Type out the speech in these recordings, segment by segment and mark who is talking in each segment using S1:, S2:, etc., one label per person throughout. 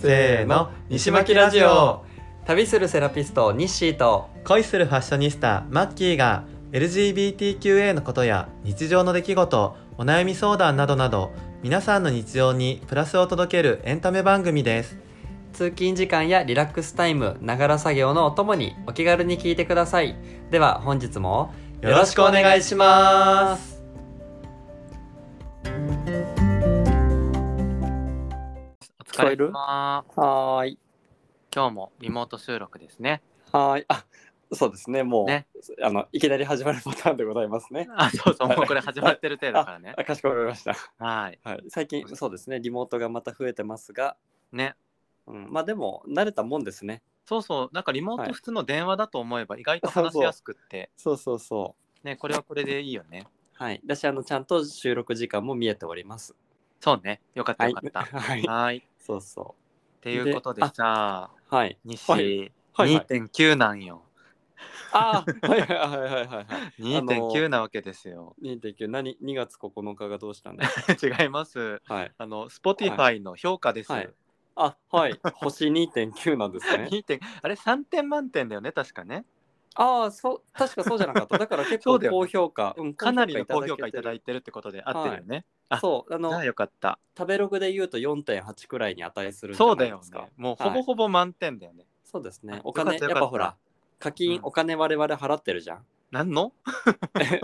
S1: せーの西巻ラジオ
S2: 旅するセラピストニッシーと
S1: 恋するファッショニスタマッキーが LGBTQA のことや日常の出来事お悩み相談などなど皆さんの日常にプラスを届けるエンタメ番組です
S2: 通勤時間やリラックスタイムながら作業のお供にお気軽に聞いてくださいでは本日も
S1: よろしくお願いします
S3: お疲れ
S4: 聞こえる
S3: 様。
S4: はーい。
S3: 今日もリモート収録ですね。
S4: はーい。あ、そうですね。もう、
S3: ね
S4: あの、いきなり始まるパターンでございますね。
S3: あ、そうそう、もうこれ始まってる程度だからね。
S4: あ、かしこまりました。
S3: はい。
S4: はい。最近、そうですね。リモートがまた増えてますが、
S3: ね。
S4: うん、まあでも、慣れたもんですね。
S3: そうそう、なんかリモー
S4: は
S3: ト
S4: い
S3: 普通の電話だと思えば意外と話しやすくって、
S4: そうそうそう。
S3: ね、これはこれでいいよね。
S4: はい。だし、あの、ちゃんと収録時間も見えております。
S3: そうね。よかった
S4: はい。
S3: よかった。は
S4: はい
S3: い。。
S4: そうそ
S3: っていうことでさ、
S4: う。はい。
S3: 西、
S4: はいはいはい
S3: 2.9なんよ。
S4: あー、はいはいはいはいはいはい。
S3: 2.9なわけですよ。
S4: 2.9何2月9日がどうしたんです
S3: 違います。
S4: かはい。
S3: あの、Spotify の評価です。
S4: はいあ、はい。星2.9なんですね。
S3: 2点あれ3点満点だよね確かね
S4: ああ、そう、確かそうじゃなかった。だから結
S3: そ
S4: 構
S3: うだよね
S4: 高評価、うん、
S3: かなりの高評価いただ
S4: い
S3: いてるってことで合ってるよね、
S4: て。そ
S3: じ
S4: う、あ
S3: ゃ
S4: の
S3: あ、よかった
S4: 食べログで言うと4.8くらいに値するんじゃ
S3: そ
S4: な
S3: うだ
S4: いで
S3: よ
S4: すか。
S3: ね。もうほぼほぼ満点だよね。
S4: そうですね
S3: あ。
S4: お金、
S3: よかった
S4: やっ
S3: よかった
S4: ぱほら、課
S3: う
S4: 金
S3: ん、
S4: お金我々払ってるじゃ ん。
S3: なんの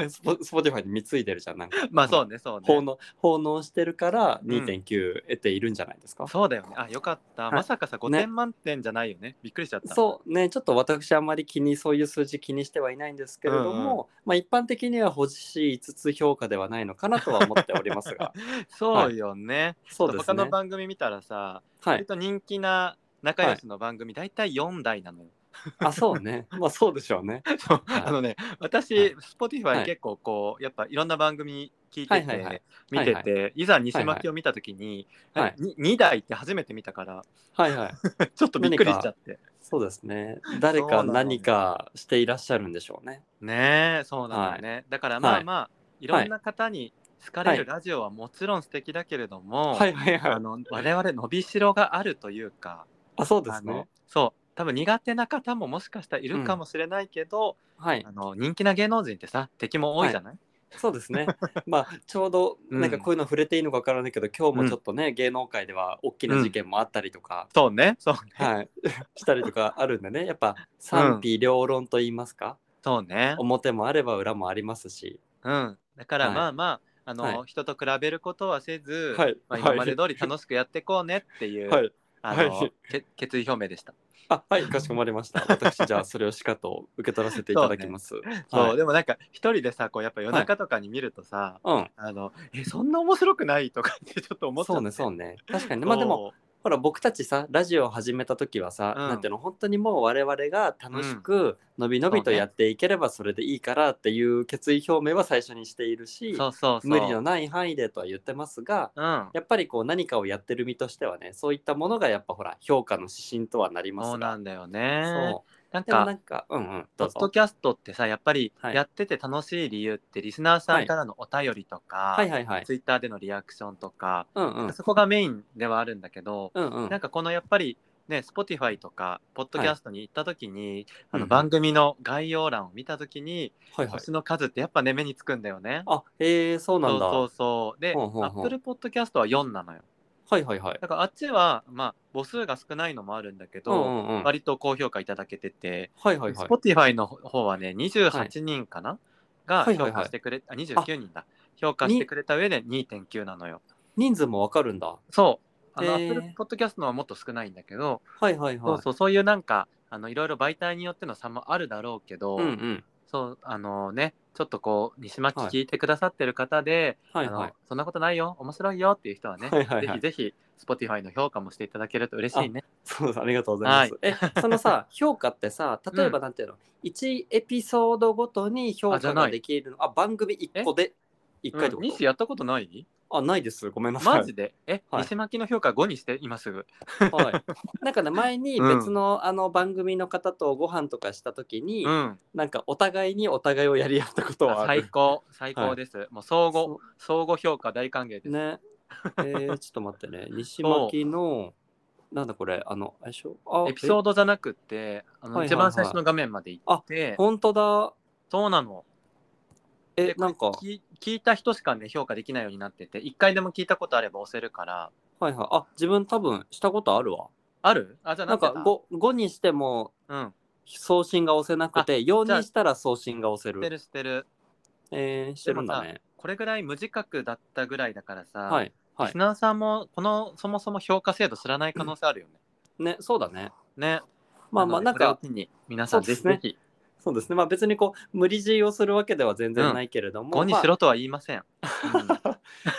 S4: スポスポティファイに貢いでるじゃん。なんか、
S3: まあそうね、そう
S4: 奉
S3: ね。
S4: 納、奉納してるから
S3: うん
S4: 2.9得ているんじゃないですか。
S3: そうだよね。あ、よかった。
S4: はい
S3: まさかさ、5
S4: ね
S3: 点満点じゃないよね。びっくりしちゃった。
S4: そうね、ちょっと私あんまり気にそういう数字気にしてはいないんですけれど
S3: うん
S4: も、まあ、一般的には星5つ評価ではないのかなとは思っておりま すが
S3: そうよね。
S4: そうです
S3: 他の
S4: ね。
S3: 番組見たらさ、
S4: はい
S3: 割、と人気な仲良しの番組、大体4台なのよ。
S4: あそうね。まあそうでしょうね。
S3: そう
S4: はい
S3: あのね、
S4: は
S3: 私
S4: い、は
S3: Spotify
S4: い
S3: 結構こう、やっぱいろんな番組聞い
S4: は
S3: て
S4: いはいは
S3: て
S4: い、
S3: 見て
S4: はい
S3: て、いざ西巻を見たときに、
S4: はいはい
S3: 2台って初めて見たから、
S4: はいはい。
S3: ちょっとびっくりしちゃって。
S4: そうですね。誰
S3: そうな
S4: か
S3: のね
S4: 何かしていらっしゃるんでしょうね。
S3: ねえそうなんだよね、だからまあまあ、い、ろんな方に好かれるラジオはもちろん素敵だけれども、
S4: はいはいは
S3: あ
S4: い。
S3: の我々伸びしろがあるというか
S4: あそうで
S3: あ
S4: す
S3: の
S4: ね。
S3: そう多分苦手な方ももしかしたらいるかもしれないけど、
S4: はい
S3: あ。の人気な芸能人ってさ敵も多いじゃない、
S4: そうですね。まあちょうど
S3: うん
S4: なんかこういうの触れていいのかわからないけど、今日もちょっとね、芸能界では大きな事件もあったりとか、
S3: そうねそうね、
S4: はいしたりとかあるんでね。やっぱ賛否両論と言いますか、
S3: そうね
S4: 表もあれば裏もありますし。
S3: うんだから
S4: はい
S3: まあまあ、あの
S4: はい
S3: 人と比べることはせず、
S4: はい。
S3: まあ、今まで
S4: は
S3: 通り楽しくやっていこうねってい
S4: い。
S3: う、
S4: はい。
S3: あの
S4: はい
S3: け決意表明でした。
S4: あはいかしこまりま した。私じゃあそれをしかと受け取らせていただきます。
S3: そう、
S4: はい
S3: でもなんか一人でさこうやっぱ夜中とかに見るとさ、
S4: うん。
S3: あのえそんな面白くないとかってちょっと思っちゃ
S4: そうねそう ね確かにねまあでもほら僕たちさラジオを始めた時はさ、
S3: うん
S4: なんていうの本当にもう我々が楽しくのびのびとやっていければそれでいいからっていう決意表明は最初にしているし、
S3: そうそうそう
S4: 無理のない範囲でとは言ってますが
S3: うん
S4: やっぱりこう何かをやってる身としてはねそういったものがやっぱほら評価の指針とはなりま
S3: そう
S4: す
S3: な
S4: が
S3: んだよ
S4: そ
S3: ね
S4: う
S3: なん
S4: でもな
S3: か
S4: んかうんうん
S3: ポ
S4: どう
S3: ッド
S4: ぞ
S3: キャストってさやっぱり
S4: はい
S3: やってて楽しい理由ってリスナーさんからのお便りとか、
S4: はいはいはい
S3: ツイッターでのリアクションとか、
S4: うんうん
S3: そこがメインではあるんだけど、
S4: うんうん
S3: なんかこのやっぱりね Spotify とかポッドキャストに行った時に、あ
S4: うんう
S3: の
S4: ん
S3: 番組の概要欄を見た時に、
S4: はいはい
S3: 星の数ってやっぱね目につくんだよね。
S4: あえー、そうなんだ
S3: そうそうそうで、
S4: ほうほうほう
S3: Apple Podcast は4なのよ。
S4: はいはいはい
S3: だからあっちは、まあ、母数が少ないのもあるんだけ
S4: うんう
S3: ど、
S4: んうんはい
S3: 割と高評価いただけてて、
S4: はいはい
S3: Spotify の方はね、28人かな、
S4: はい
S3: が
S4: はい
S3: 評価してくれ、あ29人だ。評価してくれた上で2.9なのよ。
S4: 人数もわかるんだ
S3: そう。あの、
S4: へー
S3: Apple Podcast のはもっと少ないんだけど、
S4: はいはい
S3: そ
S4: はいう
S3: そう、そういうなんか、あのいろいろ媒体によっての差もあるだろうけど、
S4: うんうん
S3: そう、あのね、ちょっとこう、西巻
S4: はい
S3: 聞いてくださってる方で、
S4: はい
S3: あの
S4: はい
S3: そんなことないよ、面白いよっていう人はね、
S4: はいはいはい
S3: ぜひぜひ、Spotify の評価もしていただけると嬉しいね。
S4: そうですありがとうございます。え、そのさ、 評価ってさ、例えばなんていうの、1エピソードごとに評
S3: あじゃ
S4: 価
S3: な
S4: が
S3: い
S4: できるの、あ、番組1個で1回っ
S3: うん
S4: てこ
S3: 西
S4: と、
S3: やったことない
S4: あ、ないです。ごめんなさい。
S3: マジでえ、
S4: はい
S3: 西巻の評価5にして今すぐ
S4: はい。なんかね、前に
S3: うん
S4: 別の,、あの番組の方とご飯とかしたときに、
S3: うん
S4: なんかお互いにお互いをやり合ったことはあ
S3: 最
S4: る。
S3: 高最高です、もう相互
S4: そ
S3: 相互評価大歓迎です、
S4: うね。えーちょっと待ってね。西巻のなんだこれあのあれでしょあ
S3: エピソー
S4: ド
S3: ドじゃなくってあの、
S4: はいはいはい
S3: 一番最初の画面まで行って
S4: 本当だ
S3: そうなの
S4: え
S3: で
S4: なんか
S3: 聞聞いた人しかね評価できないようになってて一回でも聞いたことあれば押せるから
S4: はいはいあ自分多分したことあるわ
S3: あるあじゃあ
S4: な
S3: なん
S4: んか
S3: か
S4: 5, 5にしても
S3: うん
S4: 送信が押せなくて
S3: じゃ
S4: 4
S3: あ
S4: にしたら送信が押せ
S3: 知って
S4: る
S3: る知ってる
S4: えー、してるんだね
S3: これぐらい無自覚だったぐらいだからさ、
S4: はいは
S3: リスナーさんもこのそもそも評価制度知らない可能性あるよね、
S4: いねそうだね
S3: ね
S4: まあまあ
S3: なの
S4: なん
S3: でこれを
S4: か
S3: 機に皆さん
S4: そう
S3: ぜひ
S4: ですね
S3: ぜひ
S4: そうですねまあ別にこう無理強いをするわけでは全然ないけれども、
S3: 5にしろとは言いません、
S4: まあ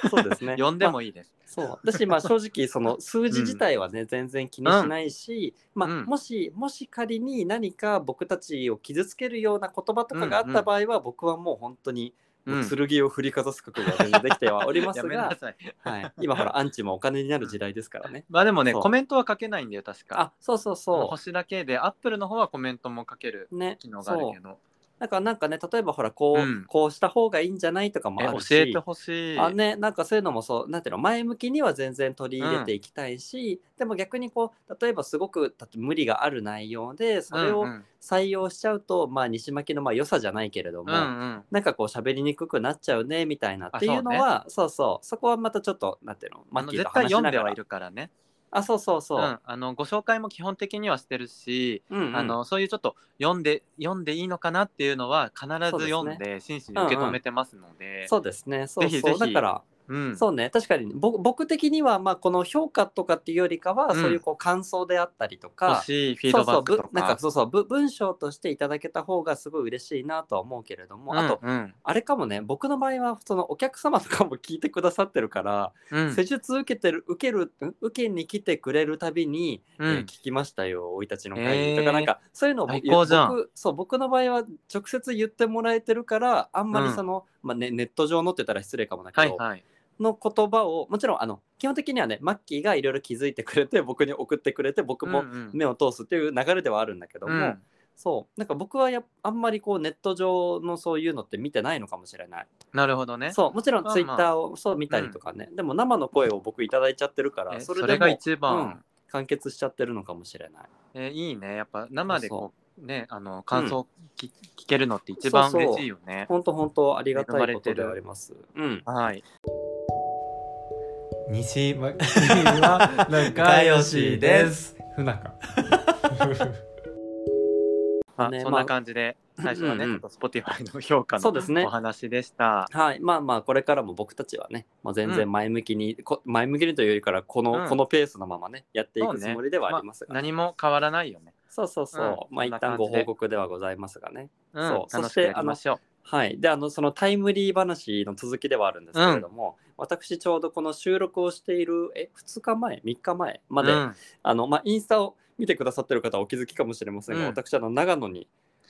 S4: そうですね
S3: 呼んで
S4: まあ
S3: もいいです、
S4: そうだし、まあ、正直そ の数字自体はね、全然気にしないし、まあ
S3: うん
S4: もしもし仮に何か僕たちを傷つけるような言葉とかがあった場合は、僕はもう本当にもう剣を振りかざす覚悟が全然できてはおります
S3: やめな
S4: が、
S3: さい
S4: はい、今ほらアンチもお金になる時代ですからね。
S3: まあでもね
S4: そう
S3: コメントは書けないんだよ確か
S4: あそうそう
S3: あの
S4: そ
S3: 星だけでアップルの方はコメントも書ける
S4: う。ね
S3: 機能、がある
S4: そう
S3: けど
S4: なんかなんかね例えばほらこう,、
S3: うん
S4: こうした方がいいんじゃないとかも
S3: え
S4: あ
S3: 教
S4: るし
S3: えてほしい
S4: あね、なんかそういうのもそうなんていうの前向きには全然取り入れていきたいし、でも逆にこう例えばすごくだって無理がある内容でそれ
S3: う
S4: を
S3: ん
S4: 採用しちゃうと、まあ西巻のまあ良さじゃないけれど
S3: う
S4: も、
S3: ん、うんうん
S4: なんかこう喋りにくくなっちゃうねみたいなっ
S3: あ
S4: ていうのはそう,、そうそこはまたちょっとなんていうのマ
S3: あ
S4: ッ
S3: の
S4: キーと
S3: 絶対
S4: 話し
S3: 読
S4: なん
S3: で
S4: が
S3: はい
S4: ら
S3: るからね
S4: あそうそうそうう、
S3: ん、あのご紹介も基本的にはしてるし、
S4: うんうん
S3: あのそういうちょっと読んで読んでいいのかなっていうのは必ず読んで真摯に受け止めてますので、
S4: そうですねそうそう
S3: ぜひぜひ
S4: だから
S3: うん
S4: そうね確かに僕僕的にはまあこの評価とかっていうよりかは、
S3: うん
S4: そういうこう感想であったりとか
S3: 欲しいフィードバックと
S4: そうそうぶなんか
S3: か。
S4: そうそうぶ文章としていただけた方がすごい嬉しいなとは思うけれども、あと
S3: うんうん
S4: あれかもね僕の場合はそのお客様とかも聞いてくださってるから、
S3: うん
S4: 施術受けてる受けるん受けに来てくれるたびに、
S3: う
S4: えー
S3: ん
S4: 聞きましたよ生い立ちの会
S3: へー
S4: とかなんかそういうのを
S3: 最高じゃん
S4: 僕そう僕の場合は直接言ってもらえてるからあんまりその、まあね、ネット上のって言ったら失礼かもだけど、
S3: はいはい。
S4: の言葉をもちろんあの基本的にはねマッキーがいろいろ気づいてくれて僕に送ってくれて僕も
S3: うんうん
S4: 目を通すっていう流れではあるんだけども、
S3: うん
S4: そうなんか僕はやあんまりこうネット上のそういうのって見てないのかもしれない、
S3: なるほどね。
S4: そうもちろん
S3: まあまあ
S4: ツイッターをそう見たりとかね、でも生の声を僕いただいちゃってるから
S3: えそ
S4: それ
S3: れ
S4: で
S3: が
S4: も
S3: 一番、
S4: 完結しちゃってるのかもしれない
S3: えいいね。やっぱ生でこうねあの感想き聞けるのって一
S4: そ
S3: 番
S4: うそう
S3: 嬉しいよね。
S4: 本当本当ありがた
S3: 恵ま
S4: い
S3: れ
S4: こと
S3: てる
S4: ではありますうん
S3: はい。
S5: 西
S6: ま、君は仲良しです。不仲。
S3: まあ
S4: ね
S3: そん
S4: まあ
S3: な感じで最初はね
S4: うん
S3: ち
S4: う
S3: ょ
S4: ん
S3: っと Spotify の評価
S4: そうですね
S3: のお話でした。
S4: はいまあまあこれからも僕たちはね、まあ、全然前向きに、こ前向きにというよりからこの、
S3: うん
S4: このペースのままねやってい
S3: そう
S4: く
S3: ね
S4: つもりではありますが、
S3: 何も変わらないよね。
S4: そうそうそう、
S3: うんそ
S4: まあ一
S3: んな
S4: 旦
S3: 感
S4: ご
S3: じで
S4: 報告ではございますがね
S3: うん
S4: そうそ
S3: 楽
S4: し
S3: してくやりましょう。
S4: はい、であのそのタイムリー話の続きではあるんですけれども、私ちょうどこの収録をしているえ2日前3日前まで、
S3: うん
S4: あのまあ、インスタを見てくださってる方はお気づきかもしれませんが、
S3: うん
S4: 私あの長野に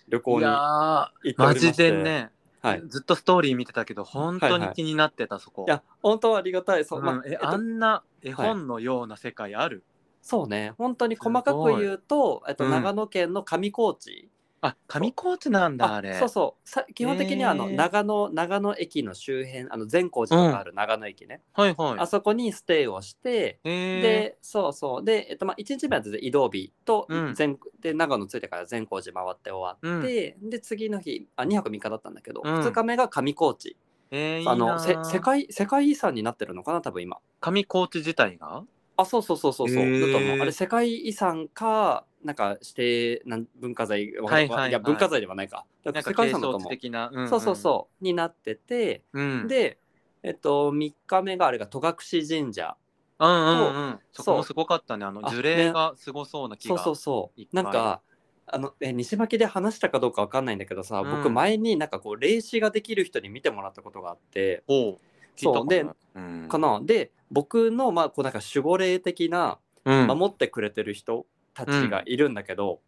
S4: 旅行
S3: い
S4: に行っ
S3: やー
S4: ておりま
S3: マ
S4: して
S3: ジで、ね、
S4: はい、い
S3: ずっとストーリー見てたけど本当に気になってた、そこ。
S4: や本当はありがたいそう,、
S3: うん
S4: まあえ
S3: え
S4: っと
S3: あんな絵本のような世界ある、
S4: そうね本当に細かく言うと、えっと、
S3: うん
S4: 長野県の上高地、
S3: あ上高地なんだあれ
S4: そうそうさ基本的にはあの、
S3: へー
S4: 長野長野駅の周辺あの善光寺とかある長野駅ね、
S3: はいは
S4: あそこにステイをして、
S3: いへえ
S4: でそうそうで、えっとまあ、1日目は全然移動日と、
S3: うん
S4: 全で長野着いてから善光寺回って終わって、で次の日あ2泊3日だったんだけど、
S3: うん
S4: 2日目が上高地
S3: えー、いいな
S4: あのせ世界世界遺産になってるのかな多分今
S3: 上高地自体が
S4: あそうそうそうそうそ
S3: へ
S4: う、
S3: ー
S4: だと思うあれ世界遺産かなんか指定なん文化財、
S3: はいはいはい
S4: や文化財ではないかだ
S3: な
S4: か
S3: ん
S4: ら
S3: か
S4: 世界遺
S3: 継
S4: 産だと
S3: 承
S4: 思
S3: 地
S4: う、
S3: 的な、んん
S4: そうそうそうになってて、
S3: う、ん、
S4: でえっと3日目があれが戸隠神社
S3: うんうんうん
S4: そ
S3: そ
S4: う
S3: こもすごかったねあの
S4: あ
S3: 樹齢がすごそうな気
S4: そう
S3: が
S4: そうそう
S3: いっぱ
S4: ないんかあのえ西巻で話したかどうかわかんないんだけどさ、
S3: うん
S4: 僕前になんかこう霊視ができる人に見てもらったことがあって
S3: ほう聞いた
S4: そうで
S3: うん
S4: かなで僕のまあこうなんか守護霊的な
S3: うん
S4: 守ってくれてる人たちがいるんだけど、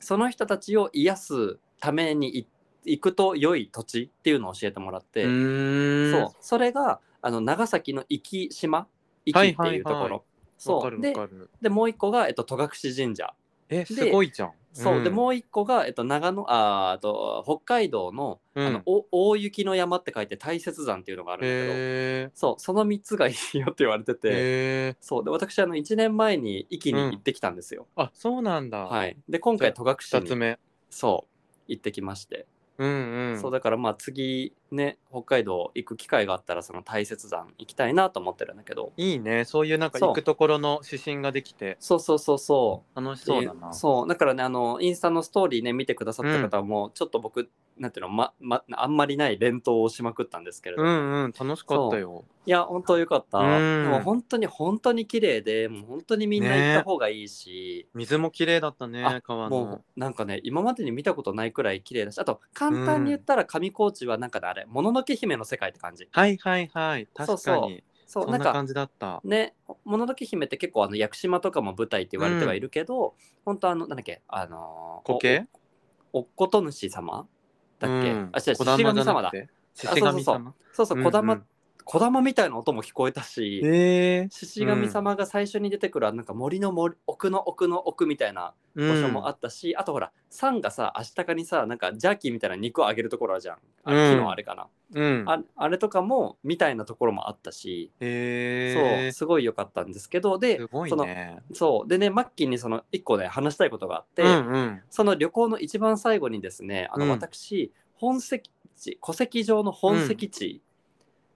S4: その人たちを癒すためにい行くと良い土地っていうのを教えてもらって、
S3: うーん
S4: そうそれがあの長崎の壱岐島壱岐っていうところ、
S3: わか
S4: そう
S3: るわ
S4: で
S3: かる
S4: でもう一個が、えっと、戸隠神社
S3: えすごいじゃん
S4: そう、で
S3: うん
S4: もう一個が、えっと、長野あーあと北海道の,、
S3: うん
S4: あのお大雪の山って書いて大雪山っていうのがあるんだけど
S3: へ
S4: そうその3つがいいよって言われて
S3: え。
S4: て
S3: へえ。
S4: そうで私あの1年前に壱岐に行ってきたんですよ、
S3: あ、そうなんだ。い。
S4: はい、で今回戸隠
S3: 二つ
S4: に
S3: 目。
S4: そう行ってきまして、
S3: うんうん。
S4: そうだからまあ次ね北海道行く機会があったらその大雪山行きたいなと思ってるんだけど
S3: いいね。そういうなんか
S4: そう
S3: 行くところの指針ができて
S4: そうそうそうそう
S3: 楽し
S4: そ
S3: そうう
S4: だ
S3: だな。
S4: そうだからねあのインスタのストーリーね見てくださった方も、ちょっと僕なんていうの、まま、あんまりない連投をしまくったんですけれど、
S3: う
S4: い
S3: んうん。楽しかったよ。
S4: や本当よかった、
S3: うん
S4: でも本当に本当に綺麗でもう本当にみんな行った方がいいし、
S3: 水も綺麗だったね
S4: あ。
S3: 川
S4: も
S3: の。
S4: うなんかね今までに見たことないくらい綺麗だしあと簡単に言ったら上高地はなんかねあれもののけ姫の世界って感じ
S3: はいはいはい。
S4: そう
S3: 確
S4: そう
S3: かに。
S4: そう
S3: そ
S4: なん
S3: な
S4: んか
S3: 感じだった。
S4: ね、もののけ姫って結構あの屋久島とかも舞台って言われてはいるけど、本当あのなんだっけあのー
S3: 苔け
S4: おっこと主様だっけ、
S3: うん
S4: あ、違う、獅
S3: 小
S4: 子
S3: 玉
S4: 神
S3: じゃ
S4: 様
S3: な
S4: だ
S3: く。て獅子神様。
S4: そうそう、
S3: うん
S4: 小玉、
S3: うん
S4: 小玉みたいな音も聞こえたし、
S3: へえ。
S4: 獅子神様が最初に出てくる、あのなんか森の森奥の奥の奥みたいな
S3: 場
S4: 場所もあ
S3: っ
S4: ったし、あとほら、サンがさ、アシタカにさ、なんかジャーキーみたいな肉をあげるところあるじゃん。あ
S3: うん
S4: 木のあれかな、
S3: うん。
S4: あ。あれとかも、みたいなところもあったし、
S3: へ
S4: そう、
S3: え。、
S4: すごい良かったんですけど、です
S3: ごい
S4: その
S3: ね。
S4: そう、でね、マッキーにその一個ね、話したいことがあって、
S3: うんうん。
S4: その旅行の一番最後にですね、あ
S3: う
S4: の
S3: ん
S4: 私、本籍地、戸籍上の本籍地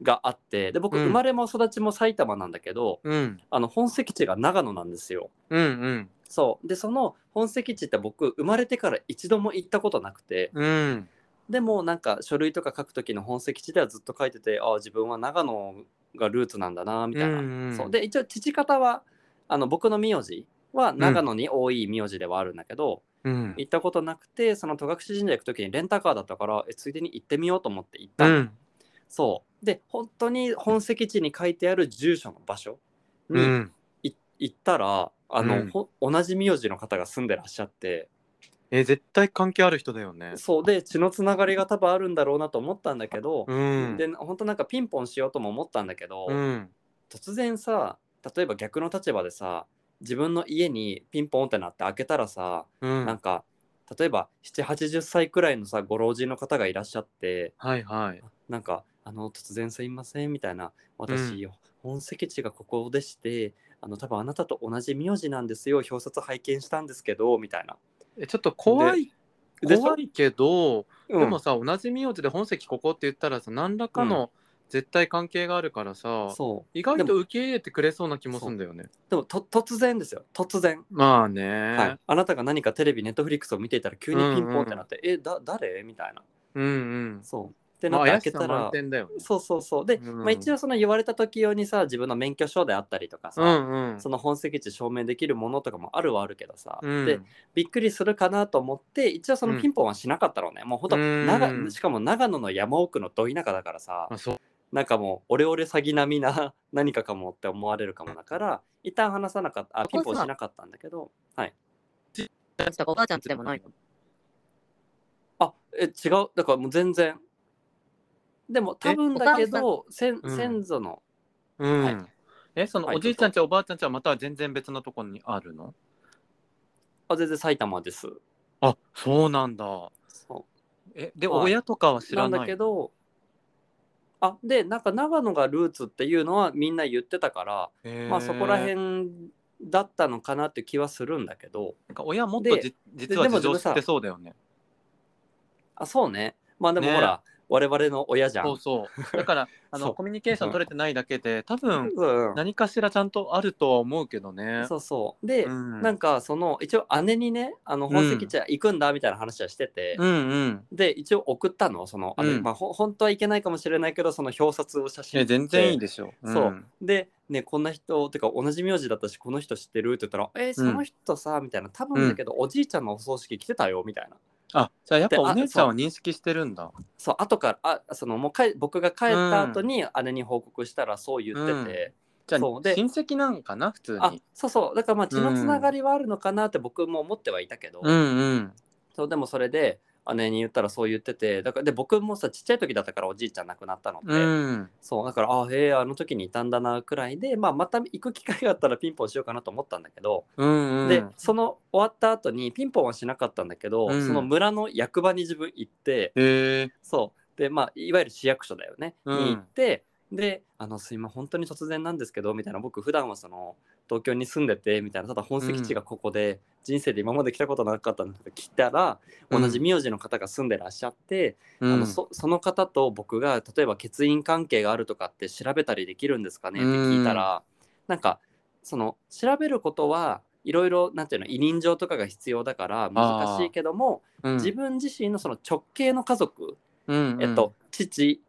S4: があって、で、僕、
S3: うん
S4: 生まれも育ちも埼玉なんだけど、
S3: うん
S4: あの本籍地が長野なんですよ。
S3: うんうん
S4: そう。で、その本籍地って僕、生まれてから一度も行ったことなくて、
S3: うん
S4: でもなんか書類とか書く時の本籍地ではずっと書いてて、ああ、自分は長野がルーツなんだな、みたいな。
S3: うんうん
S4: そうで、一応、父方は、あの僕の名字は長野に多い名字ではあるんだけど、
S3: うん
S4: 行ったことなくてその戸隠神社行く時にレンタカーだったからえついでに行ってみようと思って行った
S3: う
S4: の、
S3: ん
S4: そうで本当に本籍地に書いてある住所の場所に
S3: う
S4: い
S3: ん
S4: 行、ったらあの、
S3: うん
S4: ほ同じ名字の方が住んでらっしゃって
S3: え絶対関係ある人だよね
S4: そうで血のつながりが多分あるんだろうなと思ったんだけど、
S3: うん
S4: で本当なんかピンポンしようとも思ったんだけど、
S3: うん
S4: 突然さ例えば逆の立場でさ自分の家にピンポンってなって開けたらさ
S3: う
S4: なん
S3: ん
S4: か例えば780歳くらいのさご老人の方がいらっしゃって
S3: はいはい
S4: なんか「あの突然すいません」みたいな「私、本籍地がここでしてあの多分あなたと同じ名字なんですよ表札拝見したんですけど」みたいな。
S3: えちょっと怖い
S4: でしょ
S3: 怖いけど
S4: うん
S3: でもさ同じ名字で本籍ここって言ったらさ何らかの絶対関係があるからさ
S4: そ
S3: 意外と受け入れてくれそうな気もするんだよね
S4: うでもと突然ですよ突然、
S3: まあ
S4: は
S3: ね
S4: い、あなたが何かテレビネットフリックスを見ていたら急にピンポンってなって「えだ誰?」みたいな
S3: うん
S4: そう
S3: う
S4: で
S3: ん
S4: な
S3: ま
S4: ん
S3: あ怪
S4: か開
S3: し
S4: け
S3: さ
S4: た
S3: 満
S4: ら、
S3: 点だよね
S4: そうそうそうで、
S3: うん
S4: まあ、一応その言われた時用にさ自分の免許証であったりとかさ、
S3: うんうん
S4: その本籍地証明できるものとかもあるはあるけどさ、
S3: うん
S4: でびっくりするかなと思って一応そのピンポンはしなかったろうね、もうほんと長
S3: うん
S4: しかも長野の山奥のど田舎だからさ
S3: まあそう
S4: なんかもうオレオレ詐欺並みな何かかもって思われるかもだから一旦話さなかったあ
S7: こ
S4: ピン
S7: こさ
S4: ポンしなかったんだけどはい
S7: ちとかおばあちゃんちでもないの
S4: あえ違うだからもう全然でも多分だけど先
S3: うん
S4: 先祖の
S3: う
S4: はい
S3: んえその
S4: はい
S3: おじいちゃんちおばあちゃんちはまたは全然別のとこにあるの
S4: あ全然埼玉です
S3: あそうなんだ
S4: そう
S3: えで、
S4: はい
S3: 親とかは知らない
S4: んだけどあでなんか長野がルーツっていうのはみんな言ってたから、まあそこら
S3: へー
S4: 辺だったのかなって気はするんだけど
S3: なんか親もっと
S4: で
S3: じ実は
S4: ででも
S3: 事情
S4: 自分
S3: 知
S4: さ
S3: ってそうだよね
S4: あそうねまあでも
S3: ね
S4: ほら、我々の親じゃん
S3: そうそうだからあ
S4: そ
S3: の
S4: う
S3: コミュニケーション取れてないだけで多分
S4: うん
S3: 何かしらちゃんとあるとは思うけどね
S4: そうそうで、
S3: うん
S4: なんかその一応姉にねあの宝石茶行くんだみたいな話はしてて、
S3: うんうん
S4: で一応送ったのそのあれ、
S3: うん
S4: まあ、ほ本当はいけないかもしれないけどその表札を写真
S3: え全然いいでしょ
S4: そうんで、ね、こんな人てか同じ名字だったしこの人知ってるって言ったら「えーその人さ」みたいな「多分だけど、おじいちゃんのお葬式来てたよ」みたいな
S3: あじゃあやっ
S4: で
S3: ぱ
S4: あ
S3: お姉ちゃんは認識してるんだ
S4: そう後からあそのもうかえ僕が帰った後に姉に報告したらそう言ってて、
S3: じゃあ
S4: そうで
S3: 親戚なんかな普通
S4: あ
S3: に
S4: そうそうだからまあ血のつながりはあるのかなって僕も思ってはいたけど、
S3: うんうん
S4: そうでもそれで姉に言ったらそう言っててだからで僕もさちっちゃい時だったからおじいちゃん亡くなったので、
S3: うん。
S4: そうだからあへえあの時にいたんだなくらいで、まあ、また行く機会があったらピンポンしようかなと思ったんだけど、
S3: うんうん。
S4: でその終わった後にピンポンはしなかったんだけど、
S3: うん
S4: その村の役場に自分行って
S3: へえ。
S4: そうでまあいわゆる市役所だよね、
S3: うん
S4: に行ってで「あのすいません本当に突然なんですけど」みたいな僕普段はその東京に住んでてみたいなただ本籍地がここで、人生で今まで来たことなかったんだけど来たら
S3: うん
S4: 同じ名字の方が住んでらっしゃって、
S3: うん
S4: あのそその方と僕が例えば血縁関係があるとかって調べたりできるんですかねって聞いたら、なんかその調べることはいろいろなんていうの委任状とかが必要だから難しいけども
S3: うん
S4: 自分自身のその直系の家族、
S3: うんうん
S4: えっと、父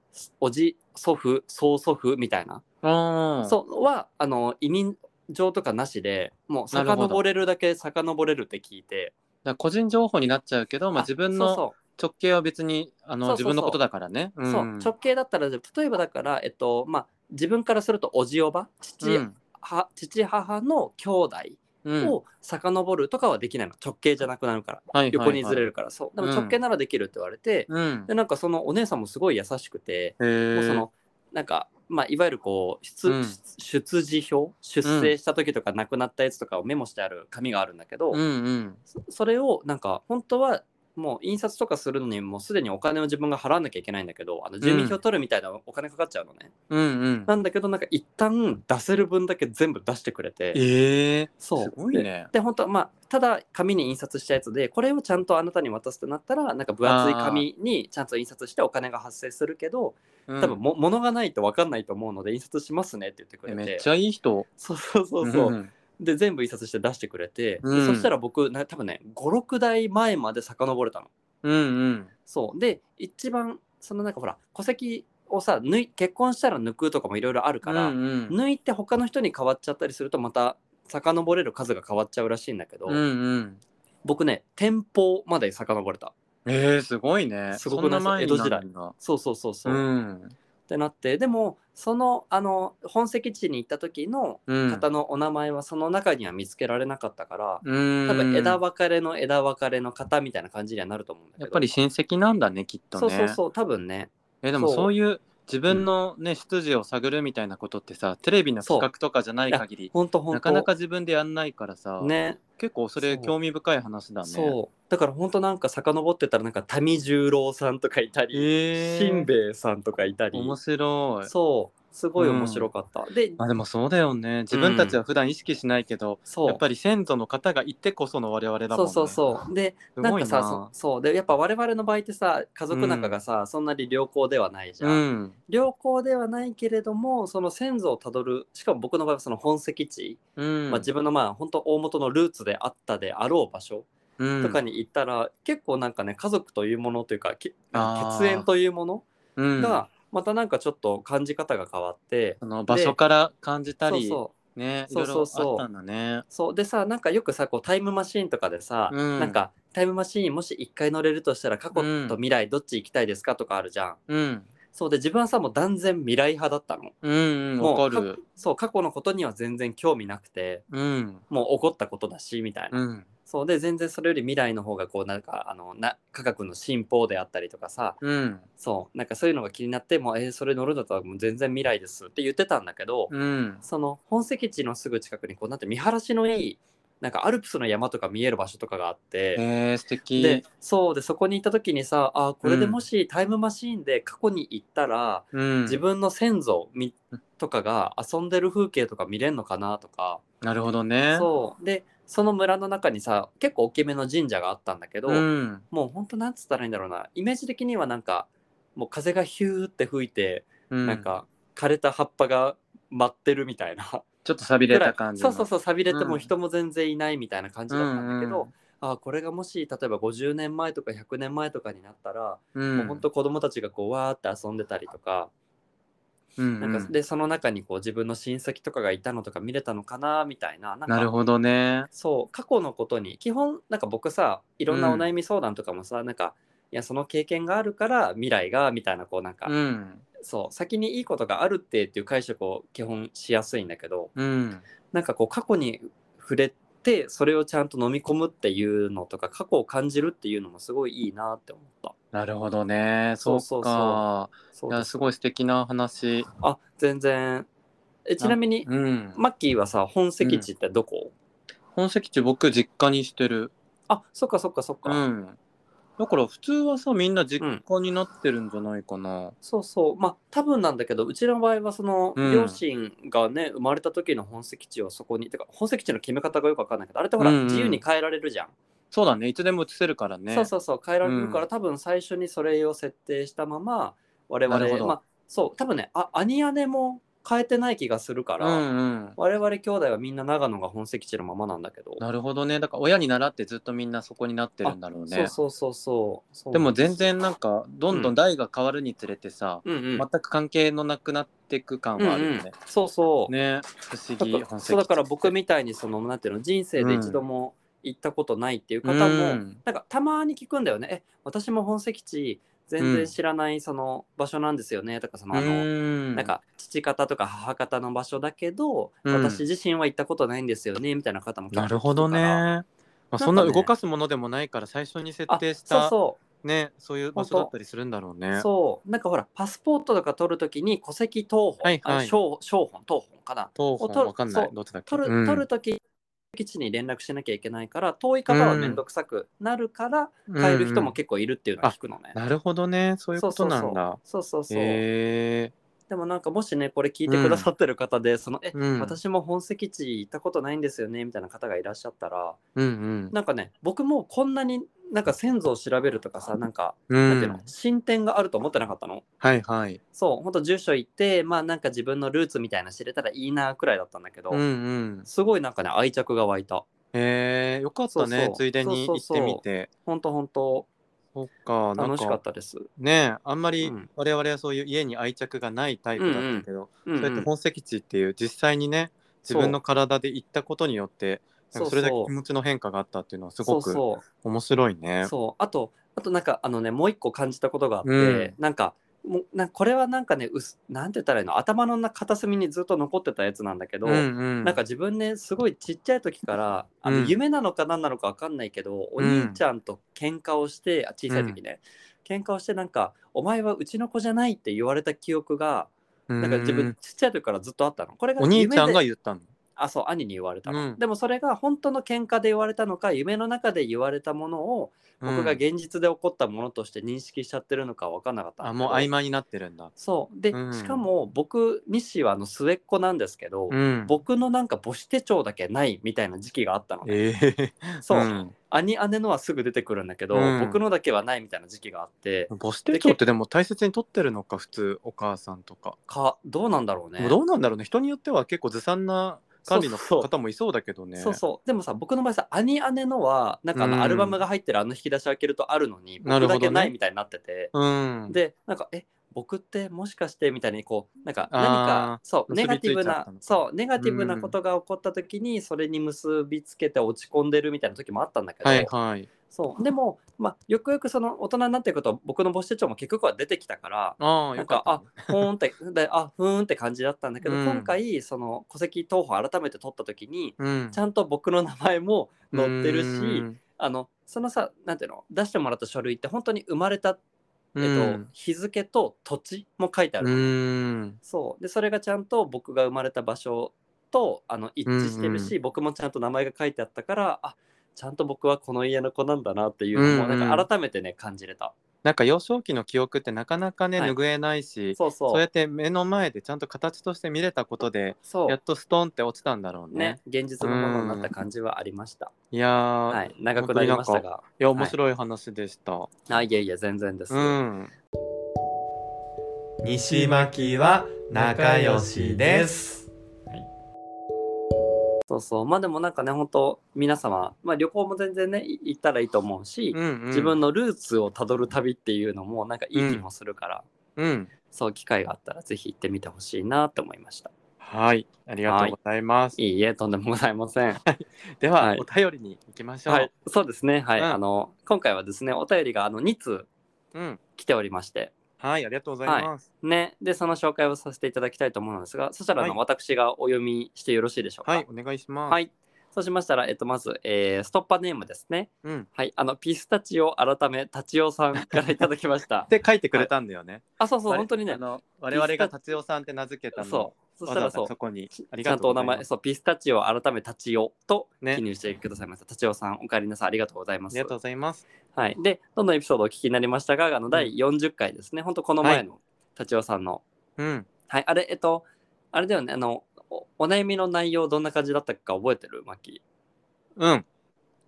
S4: おじ祖父曽祖父みたいな、
S3: あー
S4: そうはあの委任状とかなしでもう
S3: なるほど
S4: 遡れるだけ遡れるって聞いて
S3: だから個人情報になっちゃうけど、まあ、
S4: あ
S3: 自分
S4: そう
S3: の
S4: そう
S3: 直系は別にあの
S4: そう
S3: 自
S4: そうそう
S3: 分のことだからね。うん
S4: そう直系だったら例えばだから、えっとまあ、自分からするとおじおば父,、
S3: うん
S4: は父母の兄弟
S3: うん
S4: を遡るとかはできないの直系じゃなくなるから、
S3: はいはいはい
S4: 横にずれるからそうでも直系ならできるって言われて、
S3: うん
S4: でなんかそのお姉さんもすごい優しくて、
S3: へー
S4: もうそのなんか、まあ、いわゆるこう出,、
S3: うん
S4: 出自表出生した時とか亡くなったやつとかをメモしてある紙があるんだけど、
S3: うんうん
S4: そそれをなんか本当はもう印刷とかするのにもうすでにお金を自分が払わなきゃいけないんだけどあの住民票取るみたいなお金かかっちゃうのね、
S3: うんうん。
S4: なんだけどなんか一旦出せる分だけ全部出してくれて
S3: ええ
S4: そう
S3: すごいね
S4: で。で本当まあただ紙に印刷したやつでこれをちゃんとあなたに渡すとなったらなんか分厚い紙にちゃんと印刷してお金が発生するけど
S3: 多
S4: 多分も、物がないと分かんないと思うので印刷しますねって言ってくれて
S3: めっちゃいい人。
S4: そうそうそうそう、
S3: ん
S4: で全部印刷して出してくれて、
S3: うん
S4: そしたら僕な多分ね56代前まで遡れたの
S3: うんうん。
S4: そうで一番そのなんかほら戸籍をさ抜い結婚したら抜くとかもいろいろあるから、
S3: うんうん
S4: 抜いて他の人に変わっちゃったりするとまた遡れる数が変わっちゃうらしいんだけど、
S3: うんうん。
S4: 僕ね天保まで遡れた
S3: ええすごいね。
S4: すごく
S3: そん
S4: な
S3: ない前になるんだ。
S4: そうそうそうそうう、っ
S3: ん。
S4: てなってでもそのあの本籍地に行った時の
S3: うん。
S4: 方のお名前はその中には見つけられなかったから、
S3: うん。
S4: 多分枝分かれの枝分かれの方みたいな感じにはなると思うんだけど
S3: やっぱり親戚なんだねきっとね。
S4: そうそうそう多分ね
S3: えでも
S4: そう
S3: そういう自分のね、出自を探るみたいなことってさテレビの企画とかじゃない限り
S4: ほんとほんと
S3: なかなか自分でやんないからさ、
S4: ね
S3: 結構それ
S4: そう
S3: 興味深い話だね。
S4: そうだから本当なんか遡ってたらなんか民十郎さんとかいたり、
S3: え
S4: しんべヱさんとかいたり
S3: 面白い。
S4: そうすごい面白かった、で
S3: まあでもそうだよね自分たちは普段意識しないけど、
S4: そう
S3: やっぱり先祖の方がいてこその我々だもん
S4: そう
S3: ね。
S4: そうそうですなん
S3: ごい
S4: か
S3: な
S4: さそそうでやっぱ我々の場合ってさ家族仲がさ、そんなに良好ではないじゃん、
S3: ん。
S4: 良好ではないけれどもその先祖をたどるしかも僕の場合はその本籍地、
S3: うん。
S4: まあ、自分のまあ本当大元のルーツであったであろう場所
S3: 分
S4: とか、に行ったら、結構なんかね家族というものというかけ
S3: あー
S4: 血縁というもの
S3: うん、
S4: がまたなんかちょっと感じ方が変わって、
S3: その場所から感じた
S4: そう
S3: り
S4: そう
S3: ねい
S4: そ
S3: ろ
S4: う
S3: い
S4: そ
S3: ろ
S4: うそう
S3: あったんだね。
S4: そうでさなんかよくさこうタイムマシーンとかでさ、
S3: うん
S4: なんかタイムマシーンもし1回乗れるとしたら過去と未来どっち行きたいですかとかあるじゃん。
S3: うん
S4: そうで自分はさもう断然未来派だったの。
S3: うんうん
S4: もう
S3: わかる。
S4: そう過去のことには全然興味なくて
S3: うん
S4: もう起こったことだしみたいな。
S3: うん
S4: そうで全然それより未来の方がこうなんかあのな科学の進歩であったりとかさ
S3: うん
S4: そうなんかそういうのが気になってもう、えーそれ乗るんだったらもう全然未来ですって言ってたんだけど、
S3: うん
S4: その本籍地のすぐ近くにこうなんて見晴らしのいいなんかアルプスの山とか見える場所とかがあって、
S3: えー、素敵
S4: でそうでそこに行った時にさあーこれでもしタイムマシーンで過去に行ったら、
S3: うん、
S4: 自分の先祖みとかが遊んでる風景とか見れるのかなとか、
S3: なるほどね。
S4: そうでその村の中にさ結構大きめの神社があったんだけど、
S3: うん、
S4: もうほんとなんつったらいいんだろうなイメージ的にはなんかもう風がヒューって吹いて、
S3: うん、
S4: なんか枯れた葉っぱが舞ってるみたいな。
S3: ちょっと錆びれた感じ
S4: そ
S3: の
S4: うそうそう寂れて
S3: う
S4: も
S3: ん
S4: 人も全然いないみたいな感じだったんだけ
S3: うんう
S4: ど、ああこれがもし例えば50年前とか100年前とかになったら、
S3: うん、
S4: もう本当子供たちがこうわーって遊んでたりとか,、
S3: うんうん
S4: なんかでその中にこう自分の親戚とかがいたのとか見れたのかなみたいななんか
S3: なるほどね。
S4: そう過去のことに基本なんか僕さいろんなお悩み相談とかもさ、なんかいやその経験があるから未来がみたいなこうなんか、
S3: うん
S4: そう先にいいことがあるってっていう解釈を基本しやすいんだけど、
S3: うん
S4: なんかこう過去に触れててそれをちゃんと飲み込むっていうのとか過去を感じるっていうのもすごいいいなって思った。
S3: なるほどね。そ
S4: そうう
S3: か。
S4: そうそそう
S3: いや
S4: です
S3: すごい素敵な話。
S4: あ全然えちなみに
S3: うん。
S4: マッキーはさ本籍地ってどこ、
S3: 本籍地僕実家にしてる。
S4: あそっかそっかそっか、
S3: うん。だから普通はさみんな実家になってるんじゃないかな。
S4: そうそうまあ多分なんだけどうちの場合はその
S3: うん
S4: 両親がね、生まれた時の本籍地をそこにてか本籍地の決め方がよくわかんないけどあれってほら、
S3: うんうん
S4: 自由に変えられるじゃん、
S3: そうだね。いつでも移せるからね。
S4: そうそうそう変えられるから、
S3: うん
S4: 多分最初にそれを設定したまま我
S3: なるほど
S4: 々まあそう多分ねあ兄姉も変えてない気がするから、
S3: うんうん。
S4: 我々兄弟はみんな長野が本籍地のままなんだけど、
S3: なるほどね。だから親に習ってずっとみんなそこになってるんだろう
S4: そう
S3: ね。
S4: そうそうそうそう
S3: で
S4: な
S3: も
S4: んす
S3: 全然なんかどんどん代が変わるにつれてさ、
S4: うんうん
S3: 全く関係のなくなっていく感
S4: うん
S3: はあるよね。
S4: うんそうそう、
S3: ね不思
S4: だ
S3: 議本
S4: か
S3: 籍
S4: ら
S3: 地
S4: そうだから僕みたいにそのなんていうの人生で一度も行ったことないっていう方も、
S3: うん
S4: なんかたまに聞くんだよねえ私も本籍地全然知らないその場所なんですよね、とかそのあの、
S3: の
S4: なんか父方とか母方の場所だけど、
S3: うん
S4: 私自身は行ったことないんですよねみたいな方も結構
S3: な
S4: 聞く
S3: るほどね。
S4: から
S3: まあ、
S4: んかね
S3: そんな動かすものでもないから最初に設
S4: あ
S3: 定し
S4: そう
S3: た
S4: そう
S3: ねそういう場所だったりするんだろうね。
S4: そうなんかほらパスポートとか取るときに戸籍謄本、
S3: はいはい
S4: あ商商本謄本かな
S3: 東
S4: おと
S3: 方わかんない
S4: そう
S3: どっちだっけ。
S4: 取る,、
S3: うん
S4: 取るとき基地に連絡しなきゃいけないから遠い方は面倒くさくなるから変える人も結構いるっていうのは聞くのね。
S3: うんなるほどねそういうことなんだ。
S4: そうそうそう。
S3: へえ
S4: でもなんかもしねこれ聞いてくださってる方で、そのえ、
S3: うん
S4: 私も本籍地行ったことないんですよねみたいな方がいらっしゃったら
S3: うん
S4: なんかね僕もこんなになんか先祖を調べるとかさなんか、
S3: うん。う
S4: なんていうの
S3: ん
S4: 進展があると思ってなかったの
S3: はいはい。
S4: そうほんと住所行ってまあなんか自分のルーツみたいな知れたらいいなくらいだったんだけど、
S3: うんうん。
S4: すごいなんかね愛着が湧いた
S3: へえよかった
S4: そう
S3: ね
S4: そう
S3: ついでに行ってみて。
S4: ほんとほんと
S3: そっかな
S4: 楽
S3: ん
S4: しか
S3: か
S4: ったです。
S3: ねあんまり
S4: うん
S3: 我々はそういう家に愛着がないタイプだったけど、
S4: うんうん
S3: そうやって本籍地っていう実際にね自分の体で行ったことによってなんかそれだけ気持ちの変化があったっていうのはすご
S4: そう
S3: く
S4: そう
S3: 面白いね。
S4: そうあとあとなんかあのねもう一個感じたことがあって、
S3: うん
S4: なんかもうなんこれはなんかねうすなんて言ったらいいの頭の中片隅にずっと残ってたやつなんだけど、
S3: うんうん
S4: なんか自分ねすごいちっちゃい時からあ
S3: うん
S4: の夢なのか何なのか分かんないけど、お兄ちゃんと喧嘩をしてあ小さい時ね、喧嘩をしてなんか「お前はうちの子じゃない」って言われた記憶がなんか自
S3: う
S4: 分
S3: ん
S4: ちっちゃい時からずっとあったの。これが
S3: お兄ちゃん
S4: 夢で
S3: が言ったの。
S4: あそう兄に言われたの、
S3: うん
S4: でもそれが本当の喧嘩で言われたのか夢の中で言われたものを僕が
S3: うん
S4: 現実で起こったものとして認識しちゃってるのか分かんなかったんだ
S3: あ
S4: けど
S3: もう曖昧になってるんだ。
S4: そうで、
S3: うん
S4: しかも僕西はあの末っ子なんですけど、
S3: うん、
S4: 僕のなんか母子手帳だけないみたいな時期があったのね、
S3: ええ
S4: そう、
S3: ん
S4: 兄姉のはすぐ出てくるんだけど、
S3: うん
S4: 僕のだけはないみたいな時期があって
S3: 母子手帳ってでも大切に取ってるのか普通お母さんとか、
S4: かどうなんだろうね
S3: でもどうなんだろうね人によっては結構ずさんな管理の
S4: そうそう
S3: 方もいそうだけどね。
S4: そうそうでもさ僕の場合さ兄姉のはなんかあ
S3: うん
S4: のアルバムが入ってるあの引き出し開けるとあるのに
S3: なる
S4: 僕
S3: ほどね
S4: だけないみたいになってて、
S3: うん、
S4: でなんかえ僕ってもしかしてみたいにこうなんか
S3: あー
S4: 何かそうネ
S3: 結
S4: ガ
S3: びつ
S4: ティ
S3: いちゃ
S4: ブ
S3: ったのか
S4: なそうネガティブなことが起こった時にそれに結びつけて落ち込んでるみたいな時もあったんだけど、
S3: はいはい。
S4: そうでも、まあ、よくよくその大人になっていくと僕の母子手帳も結局は出てき たから
S3: ああ
S4: なん
S3: よか
S4: か
S3: った
S4: あ
S3: ね。
S4: ふーんってであふーんって感じだったんだけど、
S3: うん
S4: 今回その戸籍謄本改めて取った時に
S3: うん
S4: ちゃんと僕の名前も載ってるし、
S3: うん
S4: あのそのさなんていうの出してもらった書類って本当に生まれた、えっと
S3: うん
S4: 日付と土地も書いてある、
S3: うん
S4: そうでそれがちゃんと僕が生まれた場所とあの一致してるし、
S3: うん
S4: 僕もちゃんと名前が書いてあったからあちゃんと僕はこの家の子なんだなっていうの
S3: う
S4: も
S3: んうん
S4: なんか改めてね感じれた、
S3: なんか幼少期の記憶ってなかなかね、
S4: はい
S3: 拭えないし
S4: そうそう
S3: そうやって目の前でちゃんと形として見れたことで
S4: そう
S3: やっとストンって落ちたんだろうね
S4: ね。現実のものになった感じはありました、
S3: いやー、、
S4: はいい長くなりましたが
S3: や面白い話でした。
S4: あいえいえ全然です、
S3: うん。
S8: 西巻は仲良しです。
S9: す。
S4: そうそうまあでもなんかね本当皆様、まあ、旅行も全然ねい行ったらいいと思うし、
S3: うんうん
S4: 自分のルーツをたどる旅っていうのもなんかいい気もするから、
S3: うん。
S4: そう機会があったらぜひ行ってみてほしいなと思いました
S3: はい。ありがとうございます。
S4: いいえとんでもございません
S3: では、
S4: はい
S3: お便りに行きましょう。
S4: はいそうですねはい、
S3: うん
S4: あの今回はですねお便りがあの2通
S3: うん。
S4: 来ておりまして
S3: はい、ありがとうございます。
S4: ねでその紹介をさせていただきたいと思うのですがそしたらあの、
S3: はい
S4: 私がお読みしてよろしいでしょうか
S3: はい、お願いします。。
S4: はいい。そそうしましたら、えっと、まず、えーストッパーネームですね。
S3: うん。
S4: はい。あの、ピスタチオ改め、タチオさんからいただきました
S3: っ。て書いてくれたんだよね。
S4: あ、そうそう、
S3: 我
S4: 本当にね
S3: あ。の我々が達夫さんって名付けたの。
S4: そう。そした
S3: わ
S4: ら
S3: ざ
S4: そ
S3: わ
S4: う
S3: ざ。そこに
S4: ち
S3: あり
S4: ちゃ
S3: が
S4: ん
S3: と
S4: と
S3: う
S4: お
S3: ござ
S4: 名
S3: います
S4: 前、そう、ピスタチオ改めタチオと
S3: ね
S4: 記入してくださいました。タチオさん、お帰りなさい。ありがとうございま
S3: あ
S4: す。
S3: りがとうございます。
S4: はい。で、どんどんエピソードをお聞きになりましたが、あの、第40回ですね。本当この前のタチオさんの。
S3: うん。
S4: はい。あれ、えっと、あれだよね。あの、おお悩みの内容、どんな感じだったか覚えてるマッキー。
S3: うん。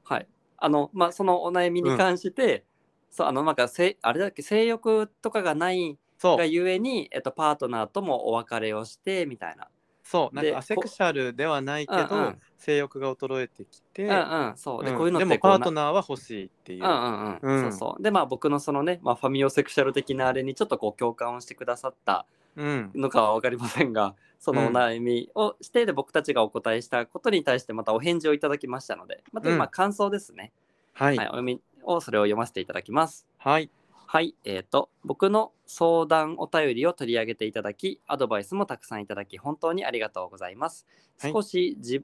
S4: はい。あの、まあ、そのお悩みに関して、そう、あの、なんか、せあれだっけ、性欲とかがない
S3: そう
S4: が。ゆえに、えっと、パートナーともお別れをして、みたいな。
S3: そう。なん
S4: で
S3: かアセクシャルではないけど、
S4: うんうん
S3: 性欲が衰えてきて、
S4: うんうん、そう。で、こういうのっ
S3: で
S4: て
S3: も
S4: こ
S3: パ
S4: うな
S3: ートナーは欲しいっていう。
S4: うんうんうん、
S3: うん
S4: そうそう。で、まあ、僕のそのね、まあ、ファミオセクシャル的なあれにちょっとこう、共感をしてくださった
S3: うん。
S4: のかは分かりませ んが、そのお悩みをして、で、僕たちがお答えしたことに対して、またお返事をいただきましたので、また
S3: うん
S4: 今、感想ですね。
S3: はい
S4: はい、お読みを、それを読ませていただきます。
S3: はい。
S4: はい、えー、と僕の相談お便りを取り上げていただきアドバイスもたくさんいただき本当にありがとうございます
S3: はい
S4: 少しじ、ん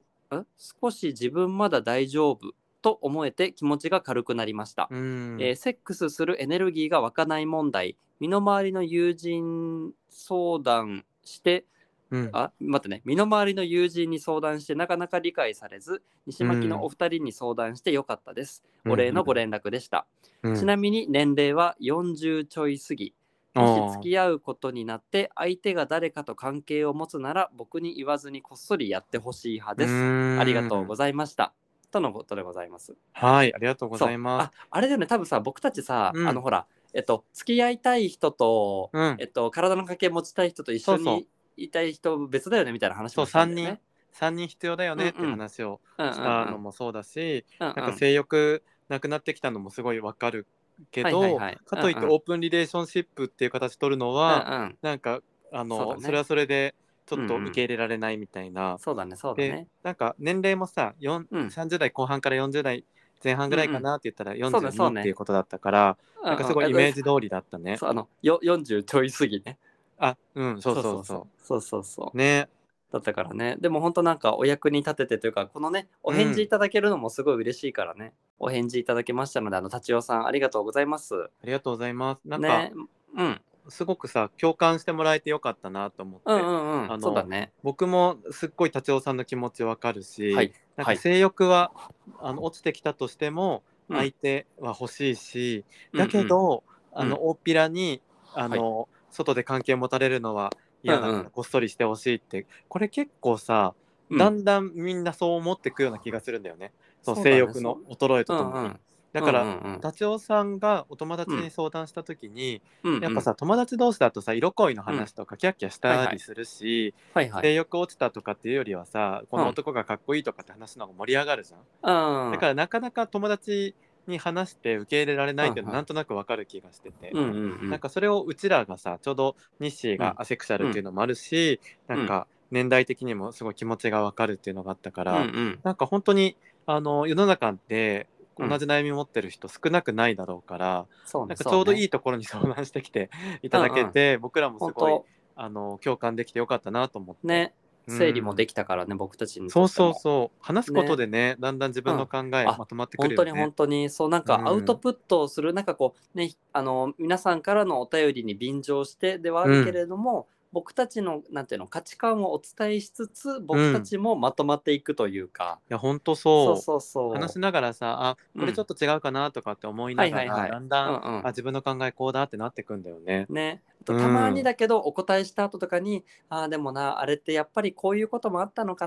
S4: 少し自分まだ大丈夫と思えて気持ちが軽くなりました、
S3: うん。
S4: えーセックスするエネルギーが湧かない問題身の回りの友人相談して
S3: うん
S4: あ待ってね身の回りの友人に相談してなかなか理解されず西巻のお二人に相談してよかったです、お礼のご連絡でした、
S3: うん
S4: ちなみに年齢は40ちょい過ぎ。もし付き合うことになって相手が誰かと関係を持つなら僕に言わずにこっそりやってほしい派です。ありがとうご
S3: ざい
S4: ざいました。とのことでございます。
S3: ます。はい。ありがとうございます。
S4: そうああれだよね、多分さ、僕たちさ、
S3: うん
S4: あのほら、えっと、付き合いたい人と、
S3: うん
S4: え。っと、体の関係持ちたい人と一緒
S3: そうそ
S4: にいたい人別だよねみたいな話もした
S3: そうん
S4: だよね。
S3: 3人必要だよねって
S4: うんうん
S3: 話を
S4: うんうんう
S3: したの
S4: ん
S3: もそうだし、
S4: うんうん
S3: なんか性欲なくなってきたのもすごいわかるけど、
S4: はいはいはい
S3: かといって
S4: うんうん
S3: オープンリレーションシップっていう形取るの
S4: うん
S3: は、
S4: うん
S3: なんかあの
S4: そう
S3: そ,、
S4: だね
S3: れはそれでちょっと
S4: うんうん
S3: 受け入れられないみたいな、
S4: そうだね、そうだ
S3: で、
S4: ね。
S3: なんか年齢もさ、よん
S4: うん
S3: 30代後半から40代前半ぐらいかなって言ったら
S4: そうねそうね
S3: 42っていうことだったから、なんかすごいイメージ通りだったね。
S4: そうあのよ40ちょい過ぎね。
S3: あうんそうそうそう
S4: そうそうそう
S3: ね
S4: だったからねでも本当なんかお役に立ててというかこのねお返事いただけるのもすごい嬉しいからね、お返事いただけましたのであの達夫さんありがとうございます
S3: ありがとうございます。なんか、
S4: ねうん
S3: すごくさ共感してもらえてよかったなと思って、
S4: うんうんう
S3: あの
S4: んそうだね
S3: 僕もすっごい達夫さんの気持ちわかるし、
S4: はい
S3: なん
S4: は
S3: か
S4: い
S3: 性欲は、あの落ちてきたとしても
S4: うん
S3: 相手は欲しいし、だけど、
S4: ん
S3: あの大っぴらにあの、外で関係持たれるのは嫌だか
S4: うん
S3: ら
S4: うん
S3: こっそりしてほしいって、これ結構さ
S4: うん
S3: だんだんみんなそう思ってくような気がするんだよね、そ
S4: そううだね
S3: 性欲の衰えとともに、
S4: うんうん
S3: だから、
S4: うんうんうん
S3: 達夫さんがお友達に相談した時に、
S4: うんうん
S3: やっぱさ友達同士だとさ色恋の話とかキャッキャしたりするし、
S4: はいはい
S3: 性欲落ちたとかっていうよりはさこの男がかっこいいとかって話の方が盛り上がるじゃん、
S4: うん
S3: だからなかなか友達に話して受け入れられないっていうの
S4: うん
S3: はなんとなくわかる気がしてて、
S4: うんうんうん
S3: なんかそれをうちらがさちょうど日誌がアセクシャルっていうのもあるし、
S4: ん
S3: なんか年代的にもすごい気持ちがわかるっていうのがあったか
S4: うん
S3: ら、
S4: うん
S3: なんか本当にあの世の中って
S4: う
S3: 同
S4: ん
S3: じ悩み持ってる人少なくないだろうから、
S4: そう
S3: な
S4: ね
S3: んかちょうどい
S4: い
S3: いところに相談してき ていただけて、僕らも
S4: 本
S3: すごい
S4: 当
S3: あの共感できてよかったなと思って。
S4: ね
S3: うん
S4: 整理もできたからね僕たちにとって
S3: そ
S4: も
S3: うそうそう話すことでねだんだん自分の考え
S4: あ
S3: まとまってく
S4: 本
S3: る
S4: 当
S3: よ
S4: に
S3: ね、
S4: 本当にそうなんか
S3: うん
S4: アウトプットをする、なんかこうねあの皆さんからのお便りに便乗してではあるけれども、僕たちのなんていうの価値観をお伝えしつつ僕たちもまとまっていくというか、
S3: いや本当
S4: そ
S3: そうう
S4: そうそう
S3: 話しながらさあこれちょっと違うかなとかって思いながら、
S4: うんはいはいはい
S3: だんだん、
S4: うんうん
S3: あ自分の考えこうだってなってくんだよね。
S4: ねた
S3: うん
S4: まにだけどお答えした後とかに、ああでもなあれってやっぱりこういうこともあったのか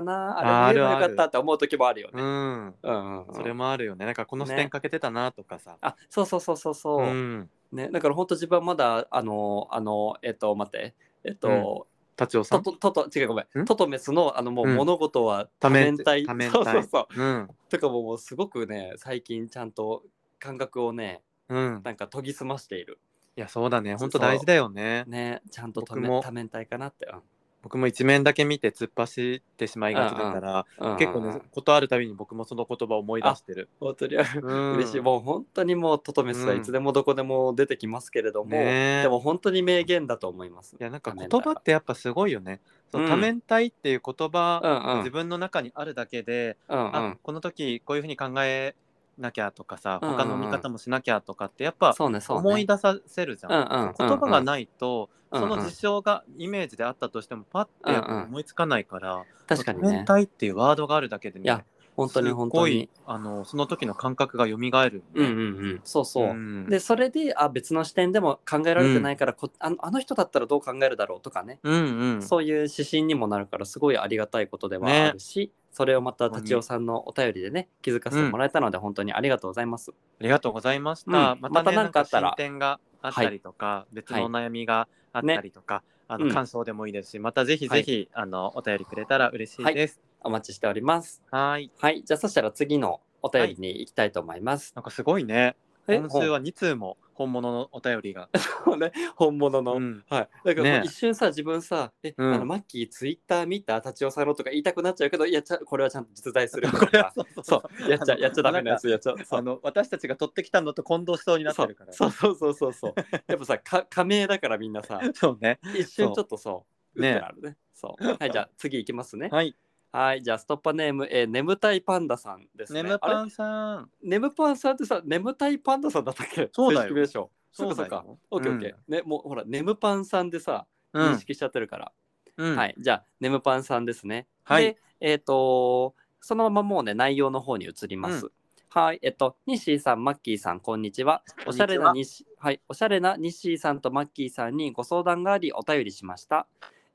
S3: あー
S4: なあれ言えば
S3: あるあ
S4: よ
S3: る
S4: かったって思う時もあるよ
S3: う
S4: ね。
S3: ん、
S4: うんうんうん
S3: それもあるよねなんかこの視
S4: ね
S3: 点かけてたなとかさ。
S4: あそうそうそうそうそう、
S3: うん、
S4: ねだから本当自分はまだあのあのえっと待ってえっと、
S3: うん達夫さ
S4: ト
S3: ん。
S4: トトト違うごめん
S3: ん
S4: トトメスのあのもう
S3: うん
S4: 物事は
S3: 多面
S4: 体
S3: 多面
S4: そう
S3: 体
S4: そうそう
S3: うん、
S4: とかももうすごくね最近ちゃんと感覚をね
S3: うん、
S4: なんか研ぎ澄ましている
S3: いやそうだね本当大事だよね。
S4: ねちゃんと多
S3: 僕も
S4: 面多面体かなって、うん
S3: 僕も一面だけ見て突っ走ってしまいがちだから、
S4: うん
S3: 結構ね、ことあるたびに僕もその言葉を思い出してる。
S4: 本当に嬉
S3: うん
S4: しい、もう本当にもうトトメスはいつでもどこでも出てきますけれども、
S3: ねえ
S4: でも本当に名言だと思います
S3: いやなんか
S4: 仮面
S3: 言葉ってやっぱすごいよね。その
S4: うん
S3: 多面体っていう言葉、
S4: うんうん
S3: 自分の中にあるだけで、
S4: うんう
S3: あ
S4: ん
S3: この時こういうふうに考えなきゃとかさ、
S4: うんうん
S3: 他の見方もしなきゃとかってやっぱ
S4: そうねそうね
S3: 思い出させるじゃん。
S4: うんうん
S3: 言葉がないと、
S4: うんうん
S3: その事象がイメージであったとしてもパッてやっぱ思いつかないから、
S4: 確かに
S3: 多面
S4: ね
S3: 体っていうワードがあるだけでね
S4: いや本当に本当に
S3: すっごいあのその時の感覚が蘇る、
S4: うんうんうんそうそう、
S3: ん
S4: でそれであ別の視点でも考えられてないから、こあのあの人だったらどう考えるだろうとかね、
S3: うんうん
S4: そういう指針にもなるからすごいありがたいことでは
S3: ね
S4: あるし、それをまた達夫さんのお便りでね気づかせてもらえたので本当にありがとうございます。
S3: ありがとうございました。
S4: うん
S3: また、ね、
S4: またなんかあったら
S3: 進展があったりとか、別のお悩みがあったりとか、あの
S4: うん
S3: 感想でもいいですし、またぜひぜひ、あのお便りくれたら嬉しいです。
S4: お待ちしております。
S3: はい。
S4: はいじゃあそしたら次のお便りに行きたいと思います。
S3: なんかすごいね。
S4: え
S3: 今週は2通も本物のお便りが。
S4: 本ね本物の、
S3: うん
S4: はい、だからもう
S3: ね
S4: 一瞬さ、自分さ、え、
S3: うん
S4: あのマッキーツイッター見た達夫さんのとか言いたくなっちゃうけど、いや、ちゃこれはちゃんと実在する
S3: これはそうそうそ
S4: そうう、やっちゃやっちゃダメなやつやっちゃう。そ
S3: あ
S4: う
S3: の私たちが取ってきたのと混同しそうになってるから。
S4: そうそうそうそうそう。やっぱさ、か仮名だからみんなさ、
S3: そうね。
S4: 一瞬ちょっとそう、
S3: ね
S4: うってなるね。そう。 はい、じゃあ次行きますね。
S3: はい。
S4: はい、じゃあストッパネーム、えー、眠たいパンダさんですね。
S3: ねむ
S4: あれ
S3: パンさん。
S4: 眠パンさんってさ、眠たいパンダさんだったっけ
S3: そうだよ
S4: 正式名称。そうか
S3: だ
S4: そう
S3: よ
S4: か。オッケーオッケー。ね、もうほら、眠パンさんでさ、
S3: う
S4: 認
S3: ん。
S4: 識しちゃってるから。
S3: うん。
S4: はい、じゃあ、ネムパンさんですね。
S3: はい
S4: で、えっ、とそのままもうね、内容の方に移ります。はい、えっと、ニッシーさん、マッキーさん、こんにちは。
S3: こんに
S4: おし
S3: ちは
S4: ゃれなニッシー、はい、おしゃれなニッシーさんとマッキーさんにご相談があり、お便りしました。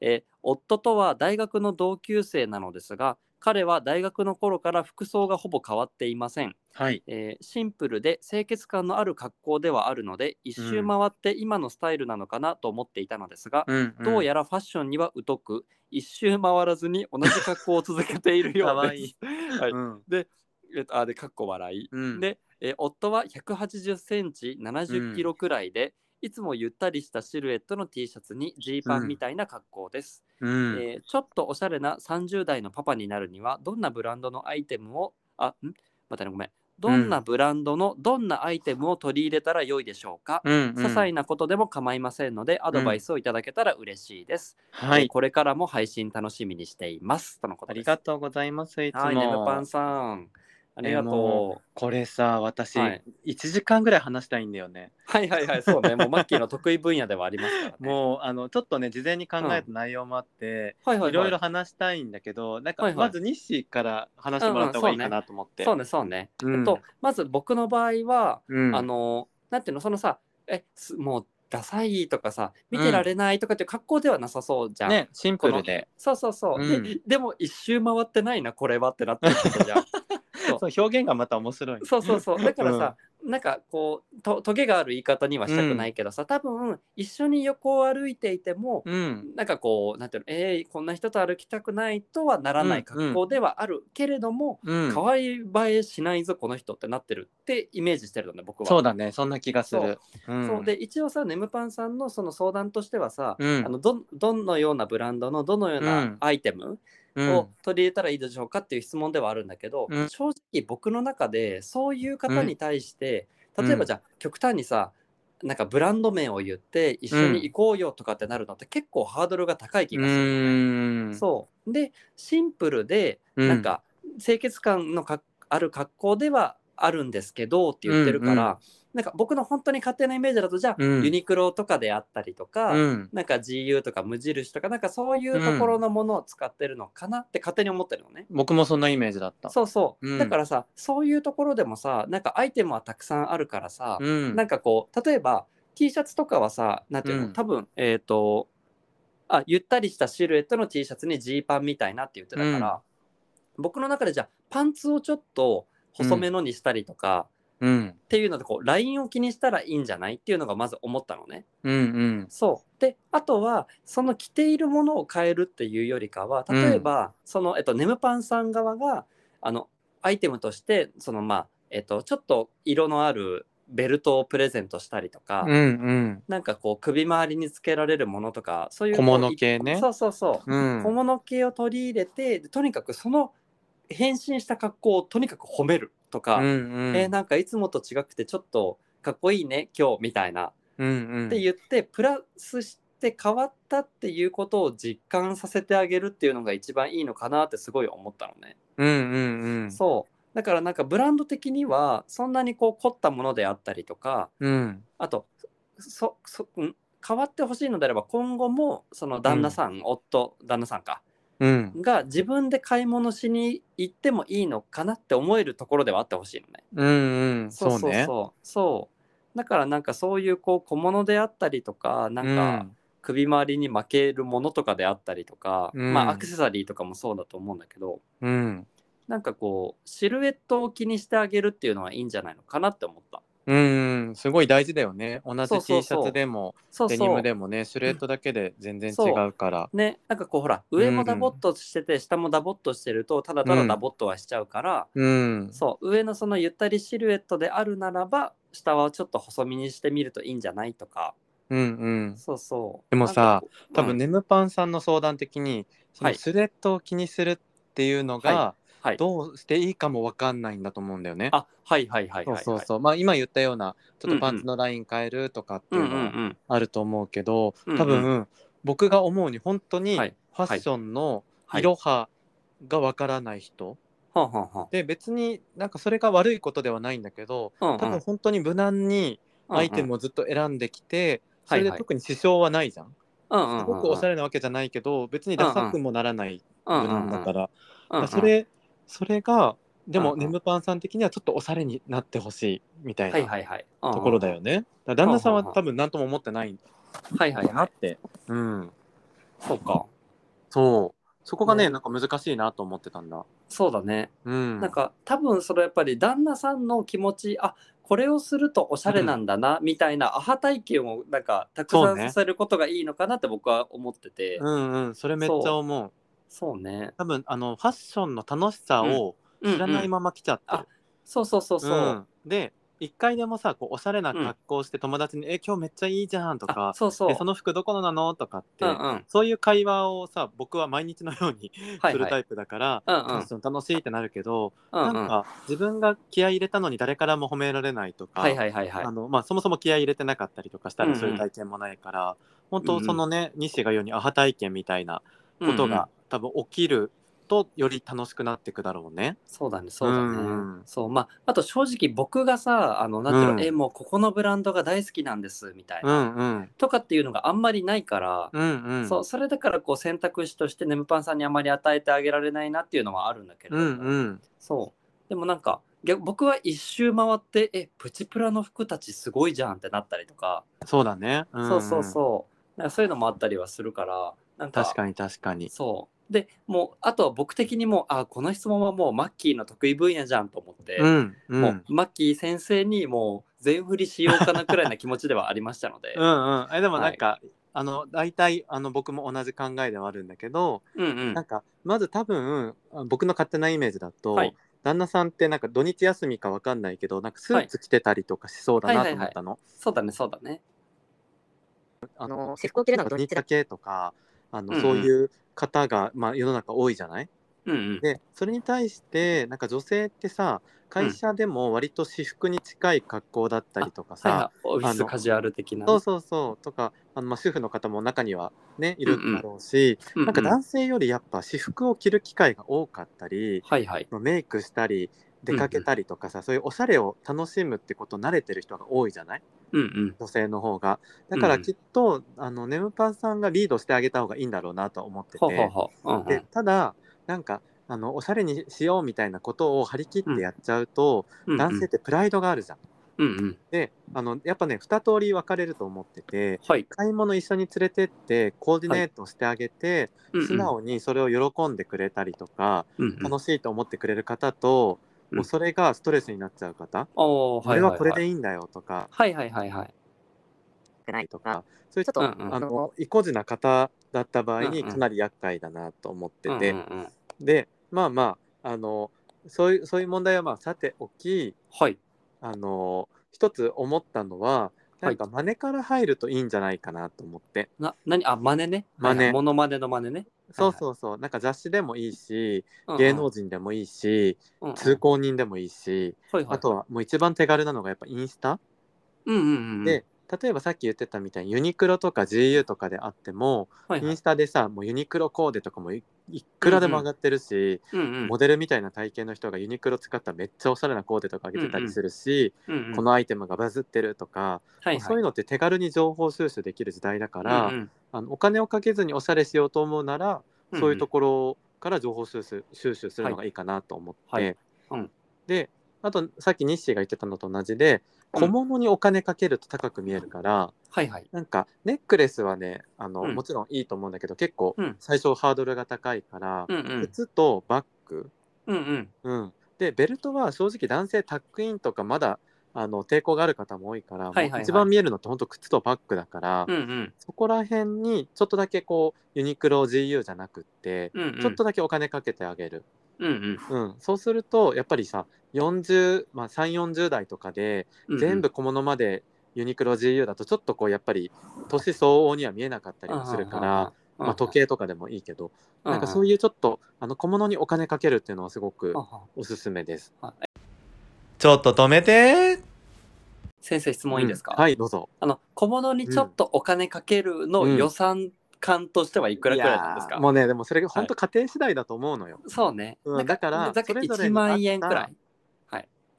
S4: えー夫とは大学の同級生なのですが、彼は大学の頃から服装がほぼ変わっていません。
S3: はい。
S4: えーシンプルで清潔感のある格好ではあるので、一周
S3: うん
S4: 回って今のスタイルなのかなと思っていたのですが、
S3: うん、
S4: どうやらファッションには疎く、一周回らずに同じ格好を続けているようです。
S3: かわいい
S4: はい
S3: うん。
S4: えっ とあで、かっこ笑い。
S3: うん。
S4: で、え夫は180センチ、70キロくらいで、いつもゆったりしたシルエットの T シャツにジーパンみたいな格好です、
S3: うん。
S4: えーちょっとおしゃれな30代のパパになるには、どんなブランドのアイテムを、あ、んまたね、ごめん。どんなブランドのどんなアイテムを取り入れたら良いでしょうか、
S3: うん。
S4: 些細なことでも構いませんので、アドバイスをいただけたら嬉しいです。
S3: は
S4: えー
S3: い。
S4: これからも配信楽しみにしています。とのこと
S3: あ
S4: で
S3: り
S4: す。
S3: がとうございます。いつも。
S4: はい、ネムパンさん。ありが
S3: えーも
S4: とう。
S3: これさ私、
S4: はい
S3: 1時間ぐらい話したいんだよね
S4: はいはいはい、そうね。もうマッキーの得意分野ではありますからね。
S3: もうあのちょっとね事前に考えた内容もあって、
S4: う、はいはい
S3: ろいろ
S4: は
S3: 話したいんだけどなん
S4: は
S3: か
S4: いはい
S3: まず日誌から話してもらった方がいいかなと思って、
S4: そうね、そうね。
S3: うん
S4: えっと、まず僕の場合は、
S3: うん
S4: あの、なんていうの、そのさ、え、すもう、ダサいとかさ、見てられないとかっていう格好ではなさそうじゃん。
S3: ねシンプルで
S4: そうそうそう、で
S3: うん
S4: でも、一周回ってないな、これはってなってるわけ じゃん。の
S3: そう表現がまた面白い
S4: そうそうそう。だからさ、なんかこうとトゲがある言い方にはしたくないけどさ、多分一緒に横を歩いていても、
S3: うん
S4: なんかこうなんていうのえーこんな人と歩きたくないとはならない格好ではあるけれども、
S3: うん
S4: 可愛い映えしないぞこの人ってなってるってイメージしてるのね僕は。
S3: そうだねそんな気がするうん
S4: そうで一応さネムパンさんのその相談としてはさ、
S3: うん
S4: あのどどのようなブランドのどのよう
S3: う
S4: なんアイテム
S3: うん
S4: を取り入れたらいいでしょうかっていう質問ではあるんだけど、
S3: うん
S4: 正直僕の中でそういう方に対して、
S3: うん
S4: 例えばじゃあ極端にさなんかブランド名を言って一緒に行こうよとかってなるのって結構ハードルが高い気がするのね、
S3: うん
S4: そうでシンプルで
S3: うん
S4: なんか清潔感のかある格好ではあるんですけどって言ってるから、
S3: うんうん
S4: なんか僕の本当に勝手なイメージだとじゃあ、
S3: うん
S4: ユニクロとかであったりとか、
S3: うん
S4: なんか GU とか無印とかなんかそういうところのものを使ってるのかなって勝手に思ってるのね。
S3: 僕もそんなイメージだった
S4: そうそう、
S3: うん
S4: だからさそういうところでもさなんかアイテムはたくさんあるからさ、
S3: うん
S4: なんかこう例えば T シャツとかはさなんていうの、
S3: うん
S4: 多分えっ、とあゆったりしたシルエットの T シャツにジーパンみたいなって言ってたから、僕の中でじゃあパンツをちょっと細めのにしたりとか、
S3: うん
S4: っていうのでこうラインを気にしたらいいんじゃないっていうのがまず思ったのね。
S3: うんうん
S4: そうであとはその着ているものを変えるっていうよりかは例えば、その、えっと、ネムパンさん側があのアイテムとしてそのまあえっとちょっと色のあるベルトをプレゼントしたりとか、
S3: うんうん
S4: なんかこう首周りにつけられるものとかそういう
S3: 小物系ね
S4: そうそうそう、
S3: うん
S4: 小物系を取り入れてでとにかくその変身した格好をとにかく褒めるとか、
S3: うんうん
S4: えーなんかいつもと違くてちょっとかっこいいね今日みたいな
S3: うんうん
S4: って言ってプラスして変わったっていうことを実感させてあげるっていうのが一番いいのかなってすごい思ったのね。
S3: うんうんうん
S4: そうだからなんかブランド的にはそんなにこう凝ったものであったりとか
S3: うん
S4: あとそそん変わってほしいのであれば今後もその旦那さん、夫旦那さんか
S3: うん
S4: が自分で買い物しに行ってもいいのかなって思えるところではあってほしいのね。
S3: うんうん
S4: そう
S3: そ
S4: そううそう
S3: ね
S4: そうだからなんかそういうこう小物であったりとかなんか、
S3: うん
S4: 首周りに巻けるものとかであったりとか、
S3: うん
S4: まあアクセサリーとかもそうだと思うんだけど
S3: うん
S4: なんかこうシルエットを気にしてあげるっていうのはいいんじゃないのかなって思った
S3: うん、すごい大事だよね。同じ
S4: そう
S3: T
S4: そうそう
S3: シャツでも
S4: そう
S3: デニ
S4: そ
S3: ム
S4: う
S3: でもね、シルエットだけで全然違うから。
S4: ねなんかこうほら上もダボっとしてて、下もダボっとしてるとただただダボっとはしちゃうから、
S3: うん、
S4: そう上のそのゆったりシルエットであるならば下はちょっと細身にしてみるといいんじゃないとか
S3: うん、うん。
S4: そうそう
S3: でもさ多分
S4: ね、
S3: ネムパンさんの相談的に、その
S4: はい
S3: スレッドを気にするっていうのが
S4: はい
S3: どうしていいかもわかんないんだと思うんだよね。
S4: あはいはいはいはい、はい、
S3: そうそうそう。まあ今言ったようなちょっ
S4: うんうん
S3: とパンツのライン変えるとかって
S4: う
S3: い
S4: ん
S3: う
S4: う
S3: んの
S4: う
S3: は
S4: ん
S3: あると思うけど、
S4: うんうん
S3: 多分僕が思うに本当にフ
S4: はい
S3: ァッションの
S4: はい
S3: 色派がわからない人。
S4: はんはんはん
S3: で別になんかそれが悪いことではないんだけど
S4: うんうん
S3: 多分本当に無難にアイテムをずっと選んできて、それで特に支障はないじゃん、
S4: す
S3: すごくおしゃれなわけじゃないけど別にダサくもならない
S4: れ
S3: 無難だから,、だ
S4: ら
S3: からそれそれがで
S4: うん
S3: も
S4: うん
S3: ネムパンさん的にはちょっとおしゃれになってほしいみたい
S4: はい
S3: な
S4: はいはい
S3: ところだよね、だから旦那さんは多分何とも思ってないん
S4: はいはい
S3: だ
S4: は
S3: ないって、うん
S4: そうか
S3: そうそこがね
S4: ね
S3: なんか難しいなと思ってたんだ
S4: そうだね
S3: うん
S4: なんか多分それやっぱり旦那さんの気持ちあこれをするとおしゃれなんだなみたいなアハ体験をなんかたくさ
S3: そうんね
S4: させることがいいのかなって僕は思ってて
S3: うんうんそれめっちゃ思う
S4: そうね
S3: 多分あのファッションの楽しさを知らない
S4: うんうん
S3: まま来ちゃって
S4: あそうそうそうそううん
S3: で一回でもさこうおしゃれな格好して友達に「え今日めっちゃいいじゃん」と
S4: あ
S3: か
S4: そうそう
S3: えその服どこのなの?」とかって、
S4: うんうんはい
S3: そういう会話をさ僕は毎日のように
S4: はい
S3: するタイプだから、
S4: うんう
S3: ファ
S4: ん
S3: ッション楽しいってなるけど、
S4: うんう
S3: なん
S4: ん
S3: か自分が気合い入れたのに誰からも褒められないとか、
S4: はいはいはいはい
S3: あのまあ、そもそも気合い入れてなかったりとかした
S4: うん
S3: ら
S4: うん
S3: そういう体験もないから、本当そのね、西が言うようにアハ体験みたいな
S4: うんう
S3: こ
S4: ん
S3: とが多分起きるとより楽しくなっていくだろうね。
S4: そうだね、そうだね。
S3: うん
S4: そう、まあ、あと正直僕がさ、あの、なんていうの、
S3: うん
S4: え、もうここのブランドが大好きなんです、みたい
S3: う
S4: な、
S3: んうん
S4: とかっていうのがあんまりないから、
S3: うんうん
S4: そう、それだからこう選択肢としてネムパンさんにあまり与えてあげられないなっていうのはあるんだけれ
S3: う
S4: ど
S3: ん
S4: も、
S3: うん
S4: そう。でもなんか、逆僕は一周回って、え、プチプラの服たちすごいじゃんってなったりとか、
S3: そうだね、ん
S4: そうそうそう、なんかそういうのもあったりはするから、なんか、
S3: 確かに確かに
S4: そう。で、もう、あとは僕的にも、あ、この質問はもうマッキーの得意分野じゃんと思って、
S3: うんうん
S4: もうマッキー先生にもう全振りしようかなくらいな気持ちではありましたので
S3: う、んうんえでもなんか、あの大体あの僕も同じ考えではあるんだけど、
S4: うんうん
S3: なんかまず多分あ僕の勝手なイメージだと、
S4: はい
S3: 旦那さんってなんか土日休みかわかんないけどなんかスーツ着てたりとかしそうだなと思ったの。
S4: そうだねそうだね
S3: あ
S7: あの私服を着るのが土日だ
S3: だけとかあの、
S4: うんうん
S3: そういう方が、まあ、世の中多いじゃない
S4: うんうん
S3: でそれに対してなんか女性ってさ会社でも割と私服に近い格好だったりとかさ、
S4: はいはいオフィスカジュアル的な
S3: そうそうそうとかあの、まあ、主婦の方も中にはねいるだろうし、
S4: うんうん
S3: なんか男性よりやっぱ私服を着る機会が多かったり、
S4: はいはい
S3: メイクしたり出かけたりとかさ、そういうおしゃれを楽しむってこと慣れてる人が多いじゃない
S4: うんうん
S3: 女性の方がだ
S4: う
S3: か
S4: んう
S3: ら
S4: ん
S3: きっと、あのネムパンさんがリードしてあげた方がいいんだろうなとは思ってて。
S4: ほうほうほううんう
S3: で
S4: ん
S3: ただなんかあのおしゃれにしようみたいなことを張り切ってやっちゃうと、
S4: うんうん
S3: 男性ってプライドがあるじゃん。
S4: うんうん
S3: であのやっぱね2通り分かれると思ってて
S4: はい
S3: 買い物一緒に連れてってコーディネートしてあげて、
S4: うんうん
S3: 素直にそれを喜んでくれたりとか、
S4: うんうん
S3: 楽しいと思ってくれる方と、
S4: うん
S3: もうそれがストレスになっちゃう方、
S4: おー
S3: 俺はこれで
S4: い
S3: いいんだよとか。
S4: はいはいはいはい
S7: くない
S3: と
S7: とか
S3: か、そういう
S7: ちょ
S3: ち
S7: っと
S3: ょ
S4: うん
S3: っ
S4: う
S3: と
S4: ん
S3: あの意固地な方だった場合に
S4: うんうん
S3: かなり厄介だなと思ってて、
S4: うんうんうん
S3: でまあまああのそういうそういう問題はまあさておき
S4: はい
S3: あの一つ思ったのはなんか真似から入るといいんじゃないかなと思って、
S4: な何あ真似ね
S3: 真似
S4: はいはいモノマネの真似ね
S3: そうそうそうなんか雑誌でもいいし
S4: うんうん
S3: 芸能人でもいいし、
S4: うんうん
S3: 通行人でもいいし、
S4: はいはい
S3: あとはもう一番手軽なのがやっぱインスタ、
S4: うんうんうんうん
S3: で例えばさっき言ってたみたいにユニクロとか GU とかであっても、
S4: はいは
S3: イン
S4: い
S3: スタでさもうユニクロコーデとかもいいくらでも上がってるし、
S4: うんうん
S3: モデルみたいな体型の人がユニクロ使っためっちゃおしゃれなコーデとか上げてたりするし、
S4: うんうん
S3: このアイテムがバズってるとか、
S4: はいは
S3: そうい
S4: い
S3: うのって手軽に情報収集できる時代だから、
S4: うんうん
S3: あのお金をかけずにおしゃれしようと思うなら、
S4: うん
S3: そういうところから情報収集収集するのがいいかなと思って、
S4: はいはいうん
S3: であとさっき日誌が言ってたのと同じで
S4: うん
S3: 小物にお金かけると高く見えるから、
S4: はいはい
S3: なんかネックレスはねあの、
S4: うん
S3: もちろんいいと思うんだけど結構
S4: うん
S3: 最初ハードルが高いから、
S4: うんうん
S3: 靴とバッグ、
S4: うんうん
S3: うん、でベルトは正直男性タックインとかまだあの抵抗がある方も多いから、
S4: はいはいはい
S3: 一番見えるのって本当靴とバッグだから、
S4: うんうん
S3: そこら辺にちょっとだけこうユニクロ GU じゃなくって、
S4: うんうん
S3: ちょっとだけお金かけてあげる、
S4: うんうん
S3: うん、そうするとやっぱりさ40、まあ、3 4 0代とかで
S4: うんうん
S3: 全部小物までユニクロ GU だとちょっとこうやっぱり年相応には見えなかったりもするから、
S4: うんうん
S3: まあ、時計とかでもいいけど、
S4: うん
S3: なんかそういうちょっとあの小物にお金かけるっていうのはすごく
S4: うんうん
S3: おすすめです。
S1: ちょっと止めて
S4: 先生質問いいですか、
S3: うんはいどうぞ。
S4: あの小物にちょっとお金かけるの予算感としてはいくらくらいなんで
S3: い
S4: す
S3: や
S4: か、
S3: ーもうねでもそれが本当家庭次第だと思うのよ。
S4: そうね、
S3: うん
S4: なん
S3: だから
S4: ざっくり
S3: それぞれに合っ
S4: 1
S3: た
S4: 万円くらい、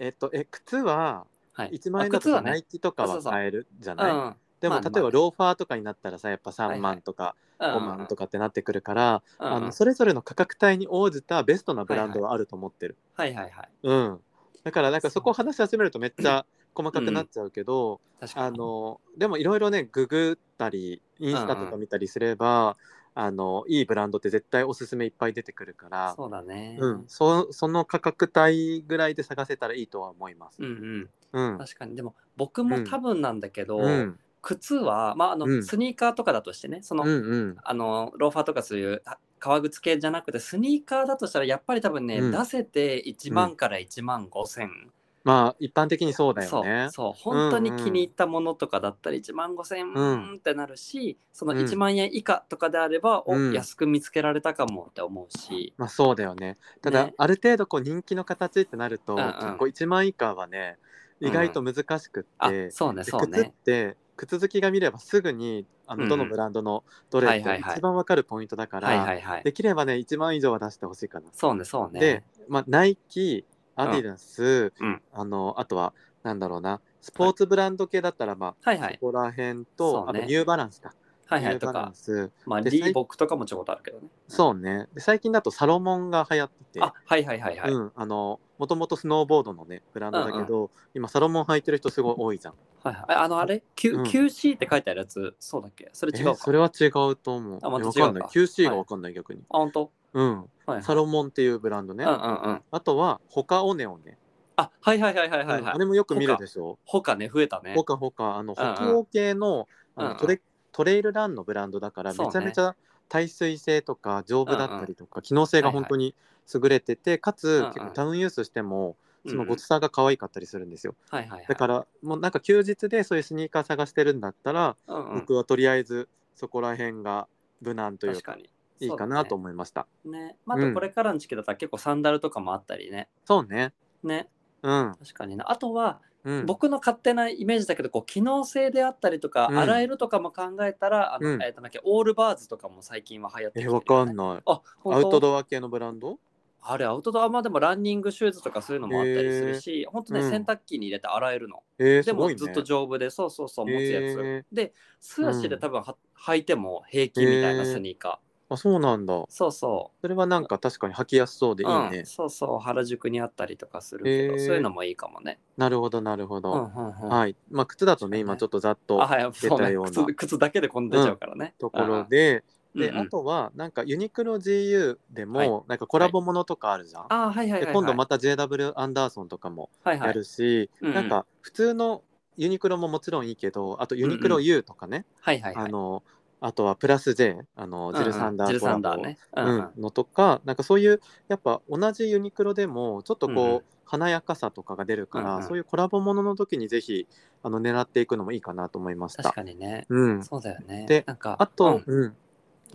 S3: えっとえ靴は
S4: はい、
S3: 1万円だ
S4: あ靴
S3: と
S4: は
S3: ナイ
S4: ね
S3: キとか
S4: あそ
S3: は
S4: うそう
S3: 買えるじゃ
S4: う
S3: ない、
S4: ん
S3: でも、
S4: ま
S3: 例
S4: あ
S3: え
S4: ま
S3: ば
S4: あ
S3: ローファーとかになったらさやっぱ3
S4: はいは
S3: 万
S4: い
S3: とか5万と
S4: か、
S3: かってなってくるから、
S4: うんうん
S3: あのそれぞれの価格帯に応じたベストなブランドはあると思ってる、
S4: はいはいはい
S3: うんだからなんかそこ話し始めるとめっちゃ細かくなっちゃうけど、
S4: 確かに
S3: あのでもいろいろねググったりインスタとか見たりすれば、あのいいブランドって絶対おすすめいっぱい出てくるから
S4: そうだね、
S3: うん、そその価格帯ぐらいで探せたらいいとは思います。
S4: うんうん
S3: うん
S4: 確かにでも僕も多分なんだけど、
S3: うん
S4: 靴は、まああの
S3: うん
S4: スニーカーとかだとしてねその、
S3: うんうん
S4: あのローファーとかそういうあ革靴系じゃなくてスニーカーだとしたらやっぱり多分ね、
S3: うん
S4: 出せて1万から1万5千、
S3: まあ一般的にそうだ
S4: そ
S3: よね
S4: う。そう本当に気に入ったものとかだったら1万5千円ってなるし、その
S3: うん
S4: 1万円以下とかであれば、
S3: うん
S4: お安く見つけられたかもって思うし、
S3: まあそうだよね。ただ、
S4: ね
S3: ある程度こう人気の形ってなると、
S4: うんうん
S3: 結構1万以下はね意外と難しくって、
S4: あそうね
S3: で
S4: そう
S3: 靴っ
S4: ね
S3: て靴好きが見ればすぐにあ
S4: うん
S3: の
S4: うん
S3: どのブランドのどれ
S4: はい
S3: っ
S4: はい
S3: て
S4: はい
S3: 一番わかるポイントだから、
S4: はいはいはい
S3: できればね1万以上は出してほしいかな。
S4: そうねそうね
S3: で、まあ、ナイキアディダス、
S4: うん
S3: あのあとはなんだろうなスポーツブランド系だったらまあ、
S4: はいはい
S3: そこら辺と、
S4: そうね
S3: あとニューバランスか、
S4: はいは
S3: ニ
S4: い
S3: ューバ
S4: と
S3: ラ
S4: か
S3: ンス
S4: まあ
S3: で
S4: リーボックとかもちょこっとあるけどね
S3: そうねで最近だとサロモンが流行ってて
S4: あはいはいはいはい、
S3: うん、あのもともとスノーボードのねブランドだけど、今サロモン履いてる人すごい多いじゃん
S4: はいはい、ああのあれ、Q
S3: うん
S4: QC って書いてあるやつそうだっけそれ違
S3: え
S4: うか
S3: それは違うと思う
S4: あまた
S3: えわか
S4: 違うか
S3: んない QC
S4: は
S3: が
S4: い
S3: わかんない、逆に
S4: あ本当
S3: うん
S4: はい
S3: サロモンっていうブランドね、
S4: うんうんうん
S3: あとはホカオネオね、
S4: あはいはいはいはいはい
S3: うん
S4: は
S3: あ
S4: い
S3: れもよく見るでしょ
S4: 他ね増えたね
S3: ホカホカあの
S4: うんうん
S3: 北欧系の,、あ
S4: うんう
S3: の
S4: ん
S3: トレトレイルランのブランドだから
S4: そうね
S3: めちゃめちゃ耐水性とか丈夫だったりとか、機能性が本当に優れてて、か
S4: うん
S3: つ
S4: うん
S3: 結構タウンユースしてもその
S4: うんう
S3: ご
S4: ん
S3: つさが可愛かったりするんですよ、
S4: はいはいはい
S3: だからもうなんか休日でそういうスニーカー探してるんだったら、
S4: ら、うんうん、
S3: 僕はとりあえずそこら辺が無難という
S4: 確
S3: か
S4: かに
S3: いいかなと
S4: 思
S3: 思いました
S4: うねね、まあ、あと
S3: うん
S4: これからの時期だったら結構サンダルとかもあったりね
S3: そうね
S4: ね
S3: うん
S4: 確かになあとは、
S3: うん
S4: 僕の勝手なイメージだけどこう機能性であったりとか、
S3: うん
S4: 洗えるとかも考えたらあの、
S3: うん
S4: えっ、となんだっけオールバーズとかも最近は流行って
S3: え
S4: きてるよ
S3: わか
S4: ね
S3: んない
S4: あ本当
S3: アウトドア系のブランド
S4: あれアウトドアまあでもランニングシューズとかそういうのもあったりするし、本当ね、
S3: うん
S4: 洗濯機に入れて洗えるの。
S3: えー、
S4: です
S3: ご
S4: も
S3: いね
S4: ずっと丈夫で、そうそうそう、持つやつ。
S3: へ
S4: で、素足で多分は、履いても平気みたいなスニーカー。
S3: あそうなんだ
S4: そうそ
S3: それはなんか確かに履きやすそうで
S4: う
S3: いいね、
S4: うん。そうそう、原宿にあったりとかするけど、
S3: へー
S4: そういうのもいいかもね。
S3: なるほどなるほ
S4: うんうんう
S3: ど、
S4: ん。
S3: はいまあ靴だとね
S4: そうね
S3: 今ちょっとざっ
S4: あ、
S3: と
S4: はい、そ
S3: 出
S4: う
S3: た
S4: ね
S3: ような
S4: 靴。靴だけでこん出ちゃうからね。
S3: ところで、
S4: うんうん、
S3: で、あとはなんかユニクロ GU でもなんかコラボものとかあるじゃん、
S4: あー、はいはいはい、は
S3: で
S4: い。
S3: 今度また JW アンダーソンとかも
S4: はいは
S3: や
S4: い
S3: るし、
S4: うんうん
S3: なんか普通のユニクロももちろんいいけどあとユニクロ U とかね、
S4: はいはいはい。
S3: あのあとはプラス J あのジルサンダ
S4: ジル
S3: ーコ
S4: サ
S3: ラ
S4: ン
S3: ボ
S4: ダーね。うん
S3: うんのとかなんかそういうやっぱ同じユニクロでもちょっとこう、
S4: うんうん
S3: 華やかさとかが出るから、
S4: うんうん
S3: そういうコラボものの時にぜひあの狙っていくのもいいかなと思いました
S4: 確。かにね。
S3: うん、
S4: そうだよね。
S3: で
S4: なんか
S3: あと、
S4: うん
S3: うん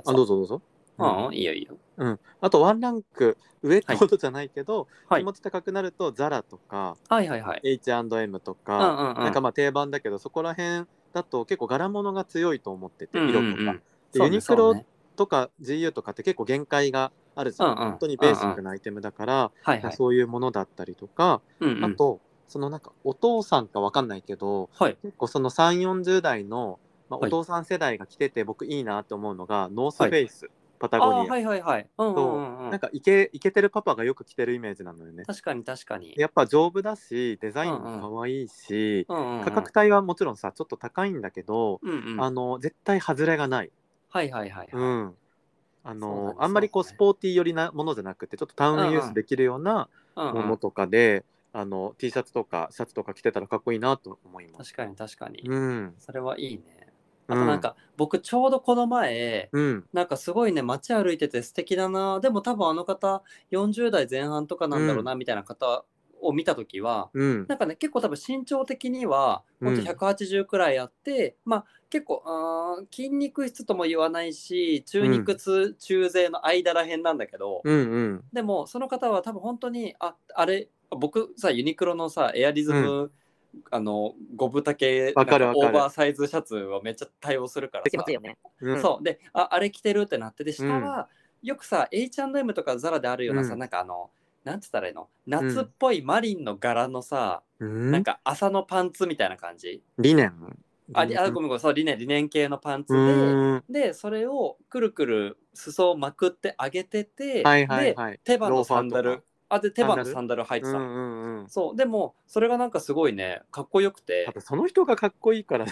S3: あどうぞどうぞ。
S4: うんうん、いいよいいよ。
S3: うん、あとワンランク上ってことじゃないけど、
S4: はい
S3: 気持ち高くなるとザラとか
S4: はいはいはい。
S3: H&M と
S4: う
S3: か、
S4: んうんうん。
S3: なんかまあ定番だけどそこら辺だと結構柄物が強いと思ってて
S4: うんうん
S3: 色とか、
S4: うん
S3: で
S4: そうね
S3: ユニクロ
S4: そうね
S3: とか GU とかって結構限界があるじゃん、
S4: うんうん
S3: 本当にベーシックなアイテムだから、
S4: はいはい。
S3: そういうものだったりとか、
S4: うんうん
S3: あとそのなんかお父さんかわかんないけど、
S4: はい
S3: 結構その3 4 0代の、まあ、
S4: は
S3: お
S4: い
S3: 父さん世代が着てて僕いいなって思うのが、ノースフェイスパタ
S4: あ
S3: ゴニア、
S4: はいはいはい。うんうんうん
S3: な
S4: う
S3: ん
S4: ん。
S3: かイケイケてるパパがよく着てるイメージなのよね。
S4: 確かに確かに。
S3: やっぱ丈夫だしデザインも可愛いし、
S4: うんうんうん
S3: 価格帯はもちろんさちょっと高いんだけど、
S4: うんうん。
S3: あ
S4: はい
S3: の絶対外れがない、
S4: はいはいはい。
S3: うんあ
S4: そうだ
S3: の
S4: ね
S3: あんまりこう
S4: そうだ
S3: ス
S4: ね
S3: ポーティー寄りなものじゃなくてちょっとタウンユースできるような
S4: うん
S3: も
S4: う
S3: の
S4: ん
S3: とかで、あの T シャツとかシャツとか着てたらかっこいいなと思います。
S4: 確かに確かに。
S3: うん、
S4: それはいいね。あとなんか、僕ちょうどこの前、
S3: うん、
S4: なんかすごいね街歩いてて素敵だなでも多分あの方40代前半とかなんだろうなみたいな方を見た時は、
S3: うん、
S4: なんかね結構多分身長的にはほんと
S3: うん
S4: 180くらいあって、まあ結構あー筋肉質とも言わないし中肉痛、中背の間らへんなんだけど、
S3: うん、うん、
S4: でもその方は多分本当にああれ僕さユニクロのさエアリズム、あの五分丈
S3: わかる
S4: な
S3: わ
S4: ん
S3: か
S4: オー
S3: る
S4: バーサイズシャツはめっちゃ対応するから
S7: 気持ちいいよね。
S3: うん、
S4: そうでああれ着てるってなってで下は、よくさ H&M とかザラであるようなさ、
S3: うん
S4: なんかあのなんつったらいいの夏っぽいマリンの柄のさ、
S3: うん、
S4: なんか朝のパンツみたいな感じ、
S3: 理念。
S4: ありあごめんごめんそうリネンリネン系のパンツ
S3: う
S4: で、
S3: ん、は
S4: でそれをくるくる裾をまくって上げてて、
S3: いはい
S4: で
S3: はい。
S4: 手羽のサンダ
S3: ローファー
S4: ル
S3: と
S4: あで手羽の
S3: サンダル
S4: サンダル履いて
S3: う
S4: た
S3: ん、う
S4: の、
S3: ん、うん。
S4: そうでもそれがなんかすごいねかっこよくて
S3: 多分その人がかっこいいから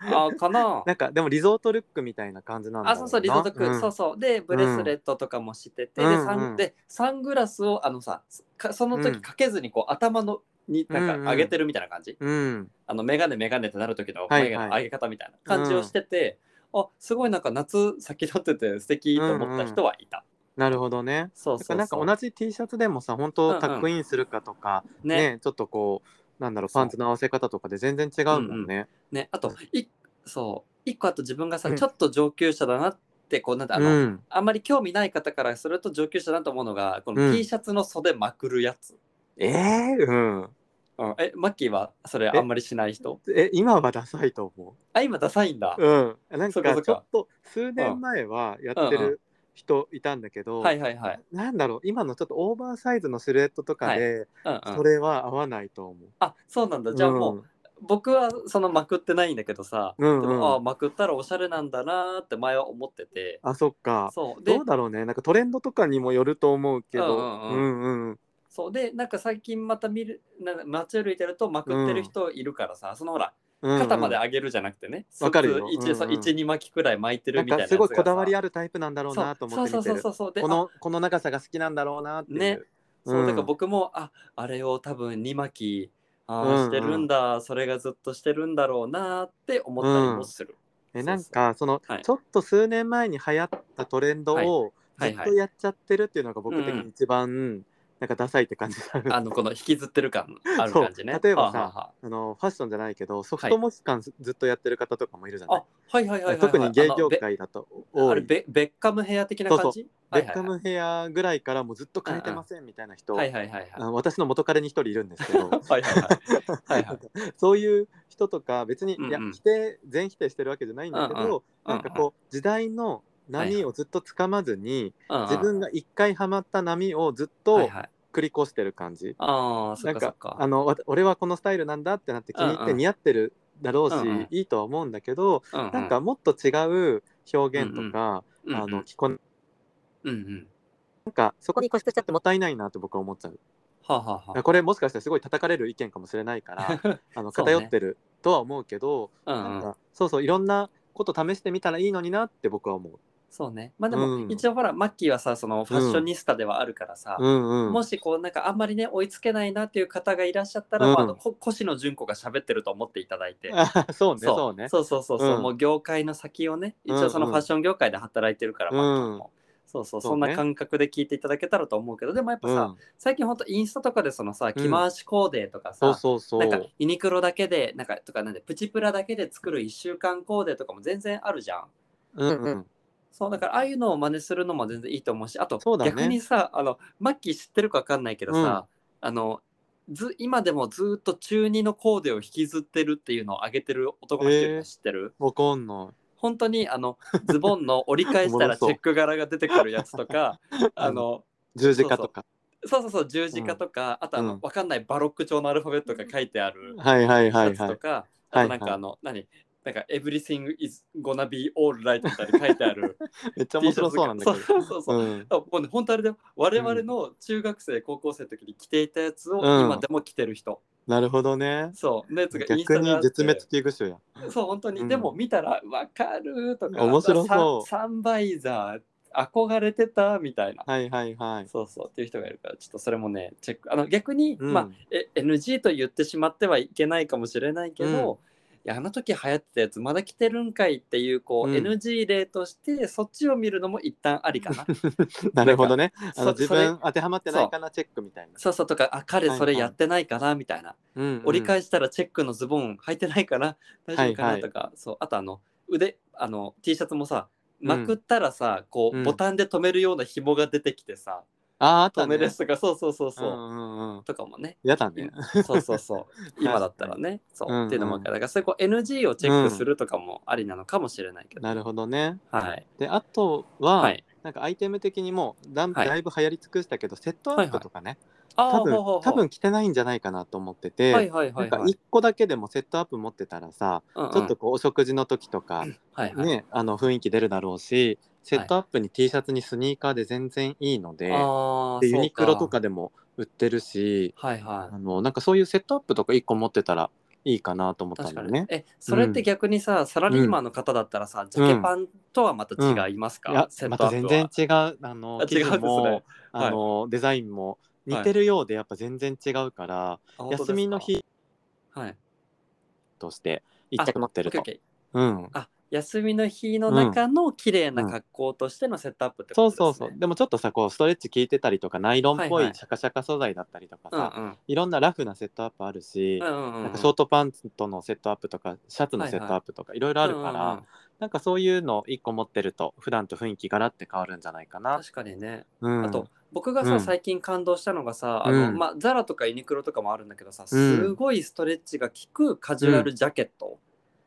S4: あかな
S3: なんかでもリゾートルックみたいな感じなんだ
S4: あ
S3: ろ
S4: そう
S3: な
S4: そうリゾートク、
S3: うん
S4: そうそうでブレスレットとかもしてて、
S3: うん
S4: でサン
S3: うんうん
S4: でサングラスをあのさかその
S3: う
S4: 時
S3: ん
S4: かけずにこう、頭のにな
S3: うんんう
S4: か
S3: ん
S4: 上げてるみたいな感じ、
S3: うん
S4: あのメガネメガネってなる時の
S3: はい
S4: 眉毛の上げ方みたいな感じ
S3: う
S4: を
S3: ん
S4: してて、あすごいなんか夏先立ってて素敵と思った人はいた、
S3: なるほどね
S4: そう
S3: だから
S4: そう
S3: なんか
S4: そう
S3: 同じ T シャツでもさ本
S4: うんう
S3: 当
S4: ん
S3: タックインするかとか、
S4: ね
S3: ねちょっとこうなんだろうパンツの合わせ方とかで全然違うもんね
S4: ねあといそう一個あと自分がさ、
S3: うん
S4: ちょっと上級者だなってこうなんてあ
S3: う
S4: の、
S3: ん
S4: あんまり興味ない方からすると上級者だと思うのがこ
S3: う
S4: の
S3: ん
S4: T シャツの袖まくるやつ、
S3: ええうん
S4: うんえマッキーはそれ
S3: え
S4: あんまりしない人
S3: え今はダサいと思
S4: あ今ダサいんだ、
S3: ううんなん
S4: そっかそ
S3: かちょ
S4: っか
S3: っと数年前はやって
S4: うんうん
S3: る人いたんだけど、
S4: はいはいはい、
S3: なんだろう今のちょっとオーバーサイズのシルエットとかで、
S4: うんうん
S3: それは合わないと思う、
S4: あそうなんだじゃあもう、
S3: うん
S4: 僕はそのまくってないんだけどさ、
S3: うんうん
S4: でもあまくったらおしゃれなんだなーって前は思ってて
S3: あそっか
S4: そうで
S3: どうだろうねなんかトレンドとかにもよると思うけど
S4: うん
S3: う
S4: うん
S3: うん
S4: そうでなんか最近また見るなんか街歩いてるとまくってる人いるからさ、そのほら
S3: うん
S4: 肩まで上げるじゃなくてね、
S3: わかるようんうん
S4: 12巻きくらい巻いて
S3: な
S4: る
S3: ん
S4: みたい
S3: か
S4: なやつが
S3: す
S4: さ
S3: ごいこだわりあるタイプなんだろうなと思って見て
S4: そうそう
S3: る
S4: そうそうそうで
S3: こ
S4: あ
S3: のこの長さが好きなんだろうなっていう、
S4: ねそう
S3: うん
S4: だから僕もああれを多分2巻きあ
S3: うんう
S4: ー
S3: ん
S4: してるんだ、それがずっとしてるんだろうなーって思ったりもする、
S3: え
S4: そう
S3: なんかその、
S4: はい
S3: ちょっと数年前に流行ったトレンドをず
S4: はい
S3: っ
S4: はい
S3: とやっちゃってるっていうのが僕的
S4: うんうん
S3: に一番、なんかダサいって感じがある
S4: あのこの引きずってる感ある感じね
S3: そう例えばさ
S4: はあは
S3: あのファッションじゃないけどソフトモス感ずっとやってる方とかもいるじゃ
S4: あ
S3: な
S4: あはいはいはいはいはい
S3: い、特にゲイ業界だと
S4: あの
S3: 多
S4: べあれ
S3: い
S4: ベベッカムヘア的な感じ
S3: ベッカムヘアぐらいからもうずっと変えてませんみたいな人、
S4: はいはいはいはい
S3: あの私の元彼に一人いるんですけど
S4: はいは いはいはいはいはい
S3: そういう人とか別に、いや
S4: うんうん
S3: 否定全否定してるわけじゃないんだけど、
S4: うんうん
S3: なんかこう、時代の波をずっとつかまずに、
S4: うんうん
S3: 自分が一回ハマった波をずっ
S4: はい
S3: と
S4: はい
S3: 繰り越してる感じ、
S4: ああそ
S3: な
S4: っ
S3: んか
S4: かそっか
S3: あのわ俺はこのスタイルなんだってなって気に入っ
S4: うんう
S3: て
S4: ん
S3: 似合ってるだろうし、
S4: うんうん
S3: いいとは思うんだけど、
S4: うう
S3: なんかもっと違う表現とか、
S4: うんうん
S3: あの着こな
S4: うんうん
S3: んかそこ
S7: ここに
S3: に
S7: 固執しちゃって
S3: も
S7: も
S3: ったいないなと僕は思っちゃう。
S4: はあはあは
S3: これもしかしたらすごい叩かれる意見かもしれないから あの
S4: そうね
S3: 偏ってるとは思うけど
S4: あう
S3: なん
S4: んうん
S3: かそうそういろんなこと試してみたらいいのになって僕は思う。
S4: そうねまあでも
S3: うん
S4: 一応ほら、マッキーはさそのファッショニスタではあるからさ、
S3: うんうん
S4: もしこうなんかあんまりね追いつけないなっていう方がいらっしゃったら、
S3: うん
S4: まああのこ越野純子が喋ってると思っていただいて、
S3: あ そうねそうね
S4: そうそうそうそう、
S3: うん
S4: もう業界の先をね一
S3: うんう
S4: 応
S3: ん
S4: そのファッション業界で働いてるから、
S3: うん
S4: マッキーもそうそう
S3: そう
S4: そん
S3: ね
S4: な感覚で聞いていただけたらと思うけどでもやっぱ
S3: う
S4: さ、
S3: ん
S4: 最近ほんとインスタとかでそのさ着回しコーデとかさ、
S3: そうそうそ
S4: なんか
S3: う
S4: ユニクロだけでなんかとかなんでプチプラだけで作る1週間コーデとかも全然あるじゃん。
S3: うんうん
S4: そうだからああいうのを真似するのも全然いいと思うしあと
S3: そうだね
S4: 逆にさあのマッキー知ってるか分かんないけどさ、あのず今でもずっと中2のコーデを引きずってるっていうのを上げてる男の人いるの知ってる、
S3: わかんない
S4: 本当にあのズボンの折り返したらチ
S3: おもろそう
S4: ェック柄が出てくるやつ とかあの
S3: 十字架とか
S4: そうそうそう十字架とか、あとあの、
S3: うん
S4: 分かんないバロック調のアルファベットが書いてある。
S3: はいはいはい
S4: シャ
S3: は
S4: ツと
S3: い
S4: か、
S3: はい
S4: あとなんかあの、何なんか everything is gonna be all right みたいに書いてある
S3: めっちゃ 面白そうなんだけ
S4: T シャツがそうそうそう、
S3: どうん
S4: あもうね本当あれで我々の中学生、高校生の時に着ていたやつを
S3: うん
S4: 今でも着てる人、
S3: なるほどね
S4: そうのやつがインス
S3: 逆
S4: タで
S3: に
S4: あって
S3: 絶滅危惧種や
S4: そう本当に、
S3: うん
S4: でも見たらわかるとか
S3: 面白そう
S4: サンサンバイザー憧れてたみたいな、
S3: はいはいはい
S4: そうそうっていう人がいるからちょっとそれもねチェックあの逆に、
S3: うん
S4: まあえ NG と言ってしまってはいけないかもしれないけど、いやあの時流行ってたやつまだ着てるんかいっていうこ
S3: う
S4: う、
S3: ん
S4: NG 例としてそっちを見るのも一旦あ りかな
S3: なるほどねあの
S4: そ
S3: 自
S4: それ
S3: 分当てはまってないかなチェックみたいな
S4: そうそうとかあ彼
S3: はい
S4: それやってないかなみたい
S3: うん
S4: な、
S3: うん
S4: 折り返したらチェックのズボン履いてない かな大丈夫か
S3: は
S4: ない
S3: はい
S4: とか、そうあとあの腕あの T シャツもさ
S3: うん
S4: まくったらさ、こ
S3: う
S4: うんボタンで止めるような紐が出てきてさ、
S3: あーあった
S4: 止
S3: ね
S4: めるやつとかそうそうそう
S3: う
S4: そう、
S3: んうんうん
S4: とかもね
S3: やだね
S4: そうそ うそう。今だったらね。そう。
S3: うんうん
S4: っていうのもあるから、だからそういうこう NG をチェックするとかもありなのかもしれないけど。
S3: なるほどね
S4: はい。
S3: であとは、
S4: はい。
S3: なんかアイテム的にもうだん
S4: はい
S3: だいぶ流行り尽くしたけど、セットアップとかね、
S4: あー
S3: 多分多分着てないんじゃないかなと思ってて、
S4: はいはいはい
S3: なん
S4: は
S3: か
S4: い
S3: 1。個だけでもセットアップ持ってたらさ、
S4: うんうん
S3: ちょっとこうお食事の時とか、
S4: はいはい。
S3: ね、あの雰囲気出るだろうしセットアップに T シャツにスニーカーで全然いいので,、
S4: ああ、
S3: でユニクロと
S4: そう。
S3: かでも売ってるし
S4: はいは
S3: あのなんかそういうセットアップとか1個持ってたらいいかなと思っ
S4: い。
S3: た
S4: 確
S3: ん
S4: か
S3: だよ
S4: に
S3: ね
S4: ね。。え、それって逆にさ、サラリーマンの方だったらさ、ジャケパンとはまた違います
S3: い
S4: か
S3: や
S4: セッ
S3: ま
S4: ト
S3: た
S4: アップ
S3: 全
S4: は。
S3: 然違うあの
S4: あ
S3: 生
S4: 違う
S3: 地
S4: んです
S3: も、
S4: ねはい
S3: あのデザインも似てるようでやっぱ全然違うから、
S4: あ。本当ですか
S3: 休みの。日
S4: はい。
S3: として一着持ってる
S4: オッケ
S3: と
S4: ーオッ。ケー
S3: うん。
S4: あ、休みの日の中の綺麗な格好としてのセットアップって
S3: そ
S4: こ
S3: うそ
S4: と
S3: う
S4: です
S3: そ
S4: ね。
S3: う。でもちょっとさ、こうストレッチ効いてたりとか、ナイロンっぽ
S4: はいはい
S3: いシャカシャカ素材だったりとかさ、い
S4: うんうん。
S3: ろんなラフなセットアップあるし、
S4: うんうんう
S3: なん
S4: ん
S3: かショートパンツとのセットアップとか、シャツのセットアップとか、いろいろあるから、
S4: うんうんうん
S3: なんかそういうの一個持ってると、普段と雰囲気がらって変わるんじゃないかな。
S4: 確かにね、
S3: うん、
S4: あと、僕が
S3: う
S4: さ、
S3: ん
S4: 最近感動したのがさ、あ
S3: う
S4: の
S3: ん
S4: まあ、ザラとかユニクロとかもあるんだけどさ、
S3: うん
S4: すごいストレッチが効くカジュアルジャケット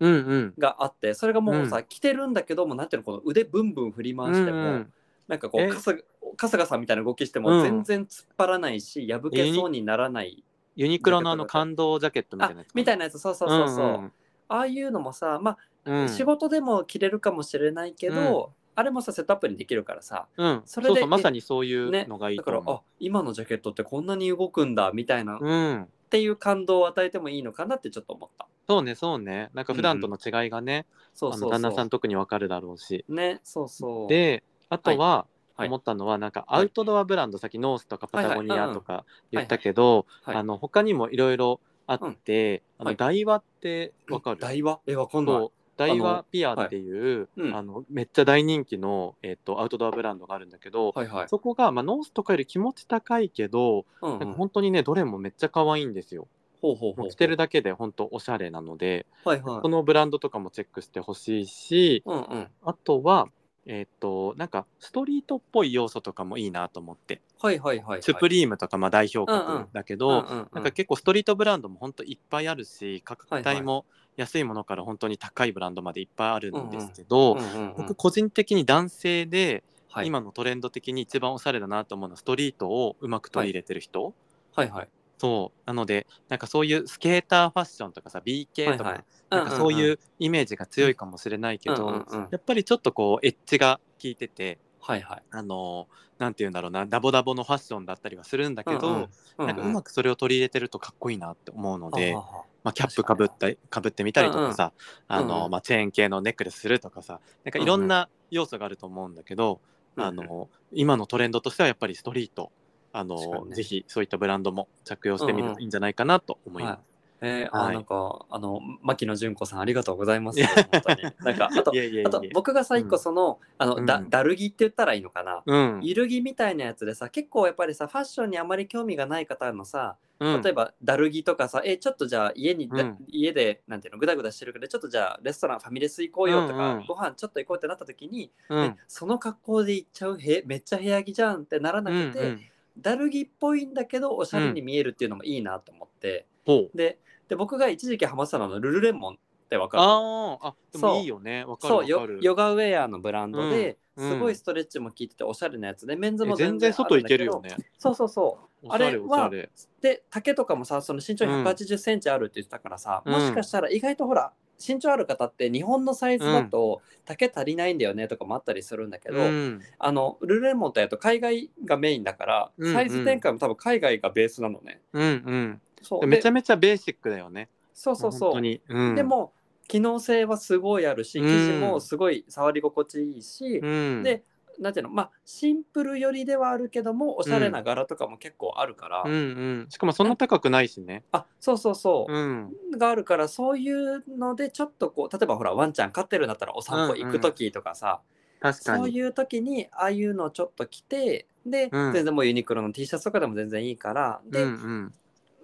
S3: うんうん。
S4: があってそれがもうさ、着てるんだけどもなんていうのこの腕ブンブン振り回し
S3: う
S4: ても、
S3: んうん
S4: なんかこう
S3: え
S4: 春日春日さんみたいな動きして
S3: う
S4: も
S3: ん
S4: 全然突っ張らないし、破けそうにならない
S3: ユニクロのあの
S4: ジャケットだと
S3: 感動ジャケットみた
S4: あ
S3: いなやつかな。
S4: みたいなやつそうそうそうそう、
S3: うん
S4: ああいうのもさ、ま
S3: うんうん
S4: あ、仕事でも着れるかもしれないけど、あれもさセットアップにできるからさ、
S3: うん、
S4: そ
S3: そ
S4: れで
S3: うそうまさにそういうのがいい
S4: だ
S3: と
S4: から
S3: 思う。
S4: あ今のジャケットってこんなに動くんだみたいな
S3: うん、
S4: っていう感動を与えてもいいのかなってちょっと思った。
S3: そうねそうねなんか普段との違いがね、
S4: そう
S3: あ
S4: そ
S3: の
S4: うそう。
S3: 旦那さん特にわかるだろうし
S4: ね、そうそう。、
S3: であとは
S4: はい
S3: 思ったのはなんか
S4: はい
S3: アウトドアブランド、さっきノースとかパタゴニ
S4: はいはい
S3: ア
S4: うんうん
S3: とか言ったけど、
S4: はい、
S3: あの他にもいろいろあって、
S4: う
S3: あ
S4: んはい
S3: のダイワってわかる、
S4: 台話え、わかんない
S3: そう。ダイ
S4: あの
S3: ワピアっていう、
S4: はいうん
S3: あのめっちゃ大人気の、えっとアウトドアブランドがあるんだけど、
S4: はいはい。
S3: そこが、まあ、ノースとかより気持ち高いけど、
S4: うんう
S3: なん
S4: ん
S3: か本当にねどれもめっちゃ可愛いんですよ。
S4: ほうほうほ
S3: も
S4: う。
S3: う着てるだけで本当おしゃれなので、
S4: はいはい
S3: こ。のブランドとかもチェックしてほしいし、
S4: うんうん。
S3: あとは、えっ、と、なんか、ストリートっぽい要素とかもいいなと思って、
S4: はいはいはいはい。
S3: スプリームとかまあ代表
S4: うんうん
S3: 格だけど、
S4: うんうんうん
S3: なんか結構ストリートブランドも本当いっぱいあるし、価格
S4: はいは
S3: 帯
S4: い
S3: も安いものから本当に高いブランドまでいっぱいあるんですけど、
S4: うんうんうん
S3: 僕個人的に男性で、
S4: はい
S3: 今のトレンド的に一番おしゃれだなと思うのはストリートをうまく取り入れてる人、
S4: はいはい。
S3: そうなのでなんかそういうスケーターファッションとかさ BK とか、
S4: はいはい
S3: なんかそういううイメージが強いかもしれないけど、
S4: うんうんうん
S3: やっぱりちょっとこうエッジが効いてて
S4: はいはい。
S3: あのなんて言うんだろうなダボダボのファッションだったりはするんだけど、
S4: うんうんう
S3: なんかうまくそれを取り入れてるとかっこいいなって思うので、
S4: ははは
S3: まあ、キャップかぶったりかぶってみたりとかさ、
S4: うんうん
S3: あの
S4: うん
S3: まあ、チェーン系のネックレスするとかさなんかいろんな要素があると思うんだけど、
S4: うんうん
S3: あの今のトレンドとしてはやっぱりストリートあ
S4: 確か
S3: の、
S4: にね
S3: ぜひそういったブランドも着用してみるといいんじゃないかなと思います。
S4: えーあ
S3: はい
S4: なんかあの牧野純子さんありがとうございます本当になんかあと
S3: いやいやい
S4: あと
S3: や
S4: 僕がさ一個その、あのだ
S3: うん
S4: だるぎって言ったらいいのかな、
S3: うん
S4: ゆるぎみたいなやつでさ結構やっぱりさファッションにあまり興味がない方のさ
S3: うん
S4: 例えばだるぎとかさ、えちょっとじゃあ家に
S3: う
S4: だ、
S3: ん
S4: 家でなんていうのグダグダしてるけどちょっとじゃあレストランファミレス行こうよとか、
S3: うんうん
S4: ご飯ちょっと行こうってなった時に、
S3: うん
S4: えその格好で行っちゃうへめっちゃ部屋着じゃんってならな
S3: うん
S4: くて、
S3: うん
S4: だるぎっぽいんだけどおしゃれに見えるっていうのもいいなと思って、
S3: ほう
S4: でで僕が一時期ハマってたのはルルレモンってわかる
S3: あーあで
S4: そ
S3: も
S4: う
S3: いいよねわかる
S4: そう
S3: わか
S4: ヨ
S3: る
S4: ヨガウェアのブランドで、
S3: うんうん
S4: すごいストレッチも効いてておしゃれなやつでメンズ
S3: え
S4: も
S3: 全
S4: 全
S3: 然
S4: 然
S3: 外
S4: あん
S3: 行
S4: だ
S3: け
S4: ど
S3: るよね
S4: そうそうそう
S3: お
S4: あ
S3: しゃれ
S4: れ
S3: おしゃ
S4: は
S3: れ
S4: で竹とかもさその身長
S3: うん
S4: 1 8 0ンチあるって言ってたからさ、
S3: うん
S4: もしかしたら意外とほら身長ある方って日本のサイズだと竹足りないんだよねとかもあったりするんだけど、
S3: うん
S4: あのルルレモンってやると海外がメインだから
S3: うんうん
S4: サイズ展開も多分海外がベースなのね。
S3: うん
S4: そう
S3: うん
S4: で
S3: めちゃめちゃベーシックだよね
S4: そうそうそう
S3: 本当にうん
S4: でも機能性はすごいあるし
S3: うん
S4: 生地もすごい触り心地いいし、
S3: うん
S4: でなんていうのまあシンプル寄りではあるけどもおしゃれな柄とかも結構あるから、
S3: うんうんしかもそんな高くないしね
S4: あそうそうそう
S3: う、ん
S4: があるからそういうのでちょっとこう例えばほらワンちゃん飼ってるんだったらお散歩行く時とかさ、
S3: 確か
S4: そう
S3: に
S4: いう時にああいうのをちょっと着てで、
S3: うん
S4: 全然もうユニクロの T シャツとかでも全然いいから
S3: う
S4: で、
S3: んうん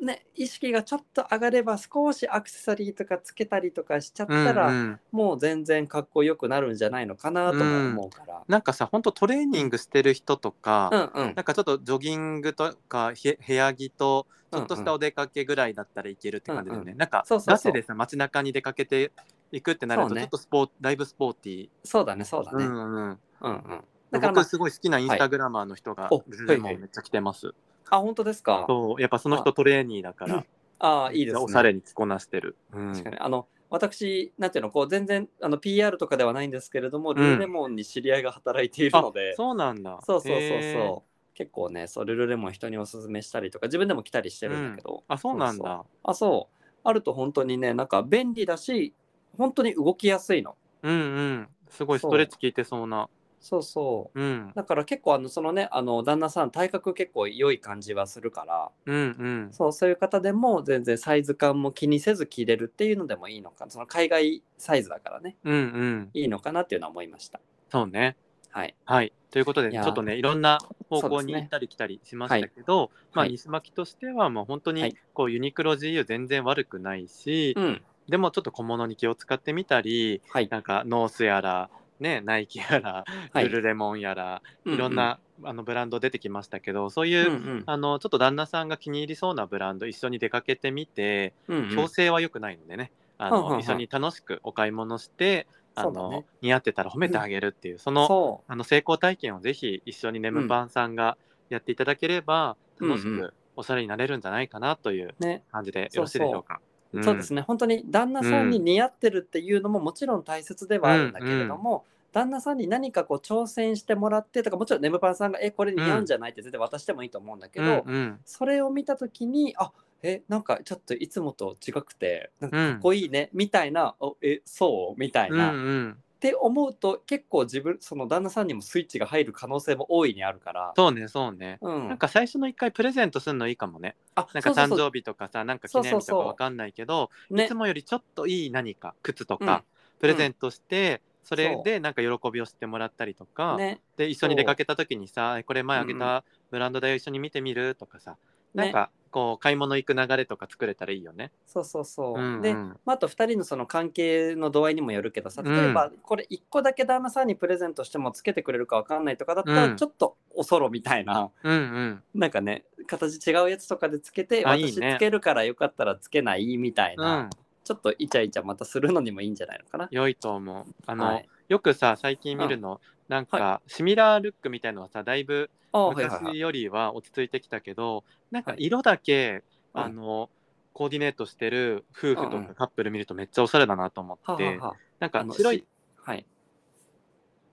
S4: ね、意識がちょっと上がれば少しアクセサリーとかつけたりとかしちゃっ
S3: うん
S4: たら、
S3: うん
S4: もう全然かっこよくなるんじゃないのかなとも思うから。
S3: なんかさ本当トレーニングしてる人とか、
S4: うんうん
S3: なんかちょっとジョギングとかへ部屋着とちょっとし
S4: うんう
S3: た
S4: ん
S3: お出かけぐらいだったらいけるって感じだよね、
S4: うん
S3: なんか
S4: そうそうそう
S3: ガチでさ街中に出かけていくってなる
S4: そ
S3: と
S4: うね
S3: ちょっとスポー、だいぶスポーティー
S4: そうだねそうだね、
S3: う
S4: うん
S3: んうん
S4: うんだから、ま
S3: 僕
S4: あ、
S3: すごい好きなインスタグラマーの人が
S4: お
S3: ルルレモンめっちゃ着てます、
S4: あ本当ですか
S3: そうやっぱその人トレーニーだから
S4: ああいいですね
S3: おしゃれに着こなしてる、うん
S4: 確かにあの私なんていうのこう全然あの PR とかではないんですけれども、ルルレモンに知り合いが働いている
S3: あ
S4: のでそ
S3: そ
S4: う
S3: うなんだ
S4: そうそう
S3: へー
S4: そう結構ねそうルルレモン人におすすめしたりとか自分でも着たりしてるんだけど、
S3: あそうなんだ
S4: そうあそうあると本当にねなんか便利だし本当に動きやすいの
S3: うんうんすごいストレッチ効いてそうな
S4: そうそう
S3: うん
S4: だから結構あのそのねあの旦那さん体格結構良い感じはするから
S3: うんうん
S4: そうそういう方でも全然サイズ感も気にせず着れるっていうのでもいいのかなその海外サイズだからね
S3: うんうん
S4: いいのかなっていうのは思いました
S3: そうね
S4: はい
S3: はいということで
S4: い
S3: ち
S4: やー
S3: ょっとねいろんな方
S4: そうで
S3: 向
S4: す
S3: に
S4: ね
S3: 行ったり来たりしましたけど、まあ
S4: はい
S3: 西巻としてはもう本当
S4: は
S3: に
S4: い
S3: こうユニクロ GU 全然悪くないし、
S4: うん
S3: でもちょっと小物に気を使ってみたり
S4: はい
S3: なんかノースやらねナイキやら、
S4: はい
S3: ルルレモンやら
S4: うう
S3: いろんな、あのブランド出てきましたけどそういう、
S4: うんうん
S3: あのちょっと旦那さんが気に入りそうなブランド一緒に出かけてみて
S4: うんうん
S3: 強制は良くないのでね、あ
S4: はんはんは
S3: の
S4: ん
S3: 一緒に楽しくお買い物してあ
S4: そ
S3: の、
S4: うだね
S3: 似合ってたら褒めてあげるっていうその
S4: そ
S3: あの成功体験をぜひ一緒にネムパンさんがやっていただければ、
S4: うん
S3: 楽し
S4: うんう
S3: くおしゃれになれるんじゃないかなという
S4: うね
S3: 感じでよろしいでしょうか。ん
S4: そうですね本当に旦那さんに似合ってるっていうのももちろん大切ではあるんだけれども、旦那さんに何かこう挑戦してもらってとかもちろんネムパンさんが「えこれ似合うんじゃない?」って全然渡してもいいと思うんだけど、
S3: うんうん
S4: それを見た時にあえなんかちょっといつもと違くてなんかかっこいいね、みたいなおえそうみたい
S3: うん
S4: な、っ
S3: うん
S4: て思うと結構自分その旦那さんにもスイッチが入る可能性も大いにあるから。
S3: そうねそうね。
S4: うん、
S3: なんか最初の一回プレゼントするのいいかもね。
S4: あ
S3: なんか
S4: そう
S3: 誕
S4: そうそう
S3: 生日とかさなんか記念
S4: そう
S3: 日と
S4: そうそ
S3: か
S4: う
S3: わかんないけど
S4: ね
S3: いつもよりちょっといい何か靴と
S4: うん
S3: かプレゼントして、それ
S4: そう
S3: でなんか喜びを知ってもらったりとか、
S4: ね
S3: で一緒に出かけた時にさえこれ前あげたブランドだよ一緒に見てみるとかさ、なん
S4: ね
S3: かこう買い物行く流れとか作れたらいいよね。
S4: そうそうそう、
S3: うんうん
S4: でまあ、あと2人のその関係の度合いにもよるけどさ
S3: うん
S4: 例えばこれ1個だけ旦那さんにプレゼントしてもつけてくれるかわかんないとかだった
S3: うん
S4: らちょっとおそろみたいな、
S3: うんうん
S4: なんかね形違うやつとかでつけて
S3: あい
S4: 私
S3: いね
S4: つけるからよかったらつけないみたいな、
S3: うん
S4: ちょっとイチャイチャまたするのにもいいんじゃないのかな。
S3: 良いと思う。あの、
S4: はい
S3: よくさ最近見るの、なんか、シミラールックみたいのはさだいぶ
S4: ああはいはいは
S3: 昔
S4: い
S3: よりは落ち着いてきたけど、なんか
S4: はい
S3: 色だけ、
S4: うん
S3: あのコーディネートしてる夫婦と
S4: うんうん
S3: かカップル見るとめっちゃおしゃれだなと思
S4: はあ
S3: って、
S4: はあはあ
S3: なん
S4: あ
S3: か
S4: の
S3: 白い
S4: しはい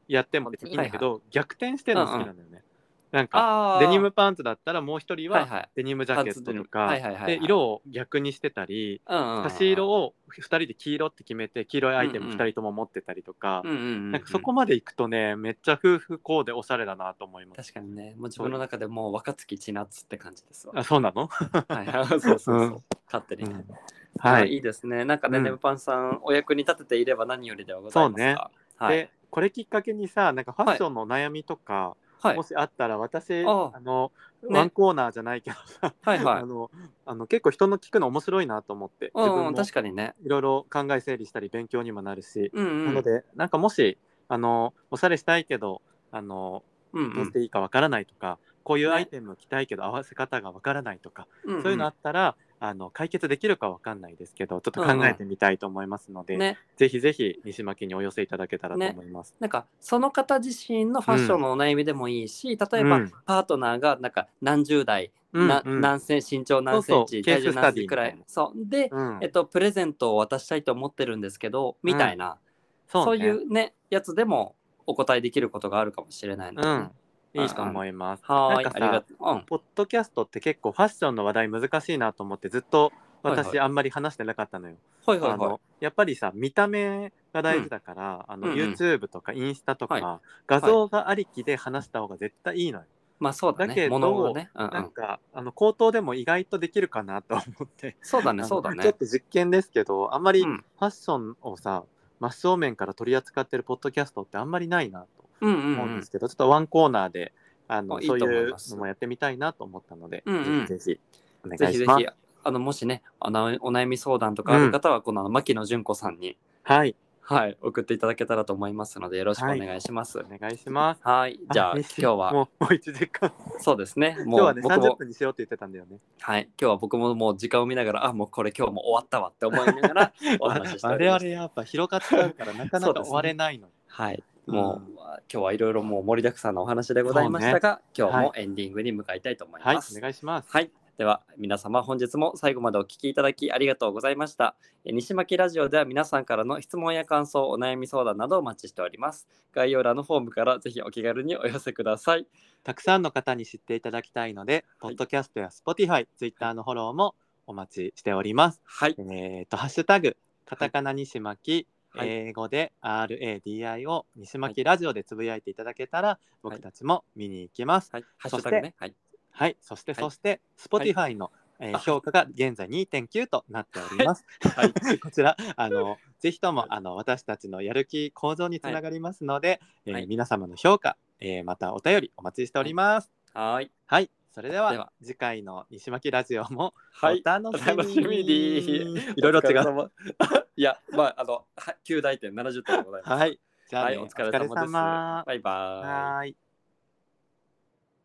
S3: やっても別にいいんだけど、逆転してるの好きなんだよね。なんか
S4: あー
S3: デニムパンツだったらもう一人
S4: はい
S3: は
S4: はい
S3: デニムジャケットとか
S4: パンツデニムはいはいはいはい
S3: で色を逆にしてたり差し色を2人で黄色って決めて黄色いアイテム2人とも持ってたりとか、
S4: な
S3: なんかそこまで行くとねめっちゃ夫婦コーデおしゃれだなと思います。
S4: 確かにねもう自分の中でもう若月千夏って感じ ですわ
S3: あそうなの、
S4: はいはいそうそうそう、
S3: うん
S4: 勝手に、
S3: うん
S4: は、
S3: はいい
S4: いいですねなんかね、
S3: うん
S4: デブパンさんお役に立てていれば何よりではございますが
S3: そうね
S4: はい、
S3: でこれきっかけにさなんかファッションのお悩みとか、
S4: はい
S3: もしあったら私
S4: あー
S3: あの、
S4: ね
S3: ワンコーナーじゃないけどさ、
S4: はいはい
S3: あのあの結構人の聞くの面白いなと思って自
S4: うんう
S3: 分
S4: ん
S3: も
S4: 確かにね
S3: いろいろ考え整理したり勉強にもなるし、
S4: うんうん
S3: なのでなんかもしあのおしゃれしたいけどあの
S4: うんう
S3: どうし
S4: ん
S3: ていいかわからないとか、こういう
S4: ね
S3: アイテム着たいけど合わせ方がわからないとか、
S4: うんん
S3: そういうのあったらあの解決できるかわかんないですけどちょっと考えてみたいと思いますので、
S4: ね
S3: ぜひぜひ西巻にお寄せいただけたらと思います。
S4: なんかその方自身のファッションのお悩みでもいいし、例えば
S3: うん
S4: パートナーがなんか何十代、
S3: うん
S4: な
S3: うん
S4: 何セン身長何センチ
S3: そうそう
S4: 体重何センチくら
S3: ケ
S4: い
S3: ー
S4: そうで、
S3: うん
S4: えっと、プレゼントを渡したいと思ってるんですけどみたいな、
S3: そ
S4: そう
S3: ね
S4: いうねやつでもお答えできることがあるかもしれないの
S3: う
S4: で、
S3: ん、
S4: ね
S3: いいと思います。
S4: はーい
S3: なんか
S4: ありが
S3: さ
S4: とう、うん、
S3: ポッドキャストって結構ファッションの話題難しいなと思ってずっと
S4: は
S3: 私、
S4: い
S3: あんまり話してなかったのよ。
S4: ほいほい
S3: あ
S4: ほい
S3: のやっぱりさ見た目が大事だから、あの
S4: うんうん
S3: YouTube とかインスタとか、
S4: は
S3: 画像がありきで話した方が絶対いいのよ。
S4: まあそうだね
S3: だけど
S4: ものをね、うんう
S3: なん
S4: ん、
S3: かあの口頭でも意外とできるかなと思って。
S4: そうだね
S3: あの
S4: そうだ
S3: ちょっ
S4: ね
S3: と実験ですけどあんまり
S4: う
S3: フ
S4: ん
S3: ァッションをさ、真正面から取り扱ってるポッドキャストってあんまりないなと
S4: うんうん
S3: 思う
S4: うんん
S3: ですけど、ちょっとワンコーナーであの
S4: あいい
S3: そ
S4: と
S3: うい
S4: 思いうます
S3: のもやってみたいなと思ったので、
S4: うんうん
S3: ぜひぜひお願
S4: ぜ
S3: い
S4: ひ
S3: し
S4: ぜ
S3: ます。
S4: ひあのもしねあのお悩み相談とかある方は、このあの牧野純子さんに、
S3: はい、
S4: はい、送っていただけたらと思いますのでよろしくお願いします。
S3: お
S4: はい
S3: 願いします。
S4: じゃあ
S3: ね
S4: 今日は
S3: もうもう一時間。
S4: そうですね
S3: 今日
S4: も
S3: は
S4: う
S3: ね
S4: 僕
S3: 三十
S4: も
S3: 分にしようって言ってたんだよね。
S4: はい今日は僕ももう時間を見ながらあもうこれ今日も終わったわって思いなが らお話ししており
S3: 我
S4: ます
S3: 々。やっぱ広がっちゃうからなかなか終われないの。
S4: はい、
S3: うん
S4: もう、今日はいろいろもう盛りだくさんのお話でございましたが、今日もエンディングに向かいたいと思い
S3: はい
S4: ま
S3: お
S4: す。
S3: 願いします。
S4: はい、では皆様本日も最後までお聞きいただきありがとうございました。えー西巻ラジオでは皆さんからの質問や感想、お悩み相談などお待ちしております。概要欄のフォームからぜひお気軽にお寄せください。
S3: たくさんの方に知っていただきたいので、ポッドキャストや Spotify、Twitter のフォローもお待ちしております。
S4: はい、
S3: えっとハッシュタグカタカナ西巻、
S4: はい
S3: 英語で RADI を西巻ラジオでつぶやいていただけたら、僕たちも見に行きます。
S4: はい、ハッシュタグね。はい、
S3: はい、そして
S4: はい
S3: そして、Spotify の、えー
S4: あ
S3: 評価が現在2.9となっております。
S4: はい、
S3: こちら、あの、ぜひとも、あの、私たちのやる気向上につながりますので、えー
S4: はい
S3: 皆様の評価、えーまたお便りお待ちしております。
S4: はい、
S3: はい、それでは
S4: では
S3: 次回の西巻ラジオもお
S4: はい。
S3: 楽しみに。
S4: 楽しみに
S3: いろいろ
S4: お疲
S3: 違
S4: れ
S3: う。
S4: 様。 いや、まあ、あの、は9大点70点でございます。
S3: はい、じゃあ
S4: は
S3: ね、
S4: い、お疲れ様です。
S3: お疲れ様
S4: バイバーイ。
S3: はーい。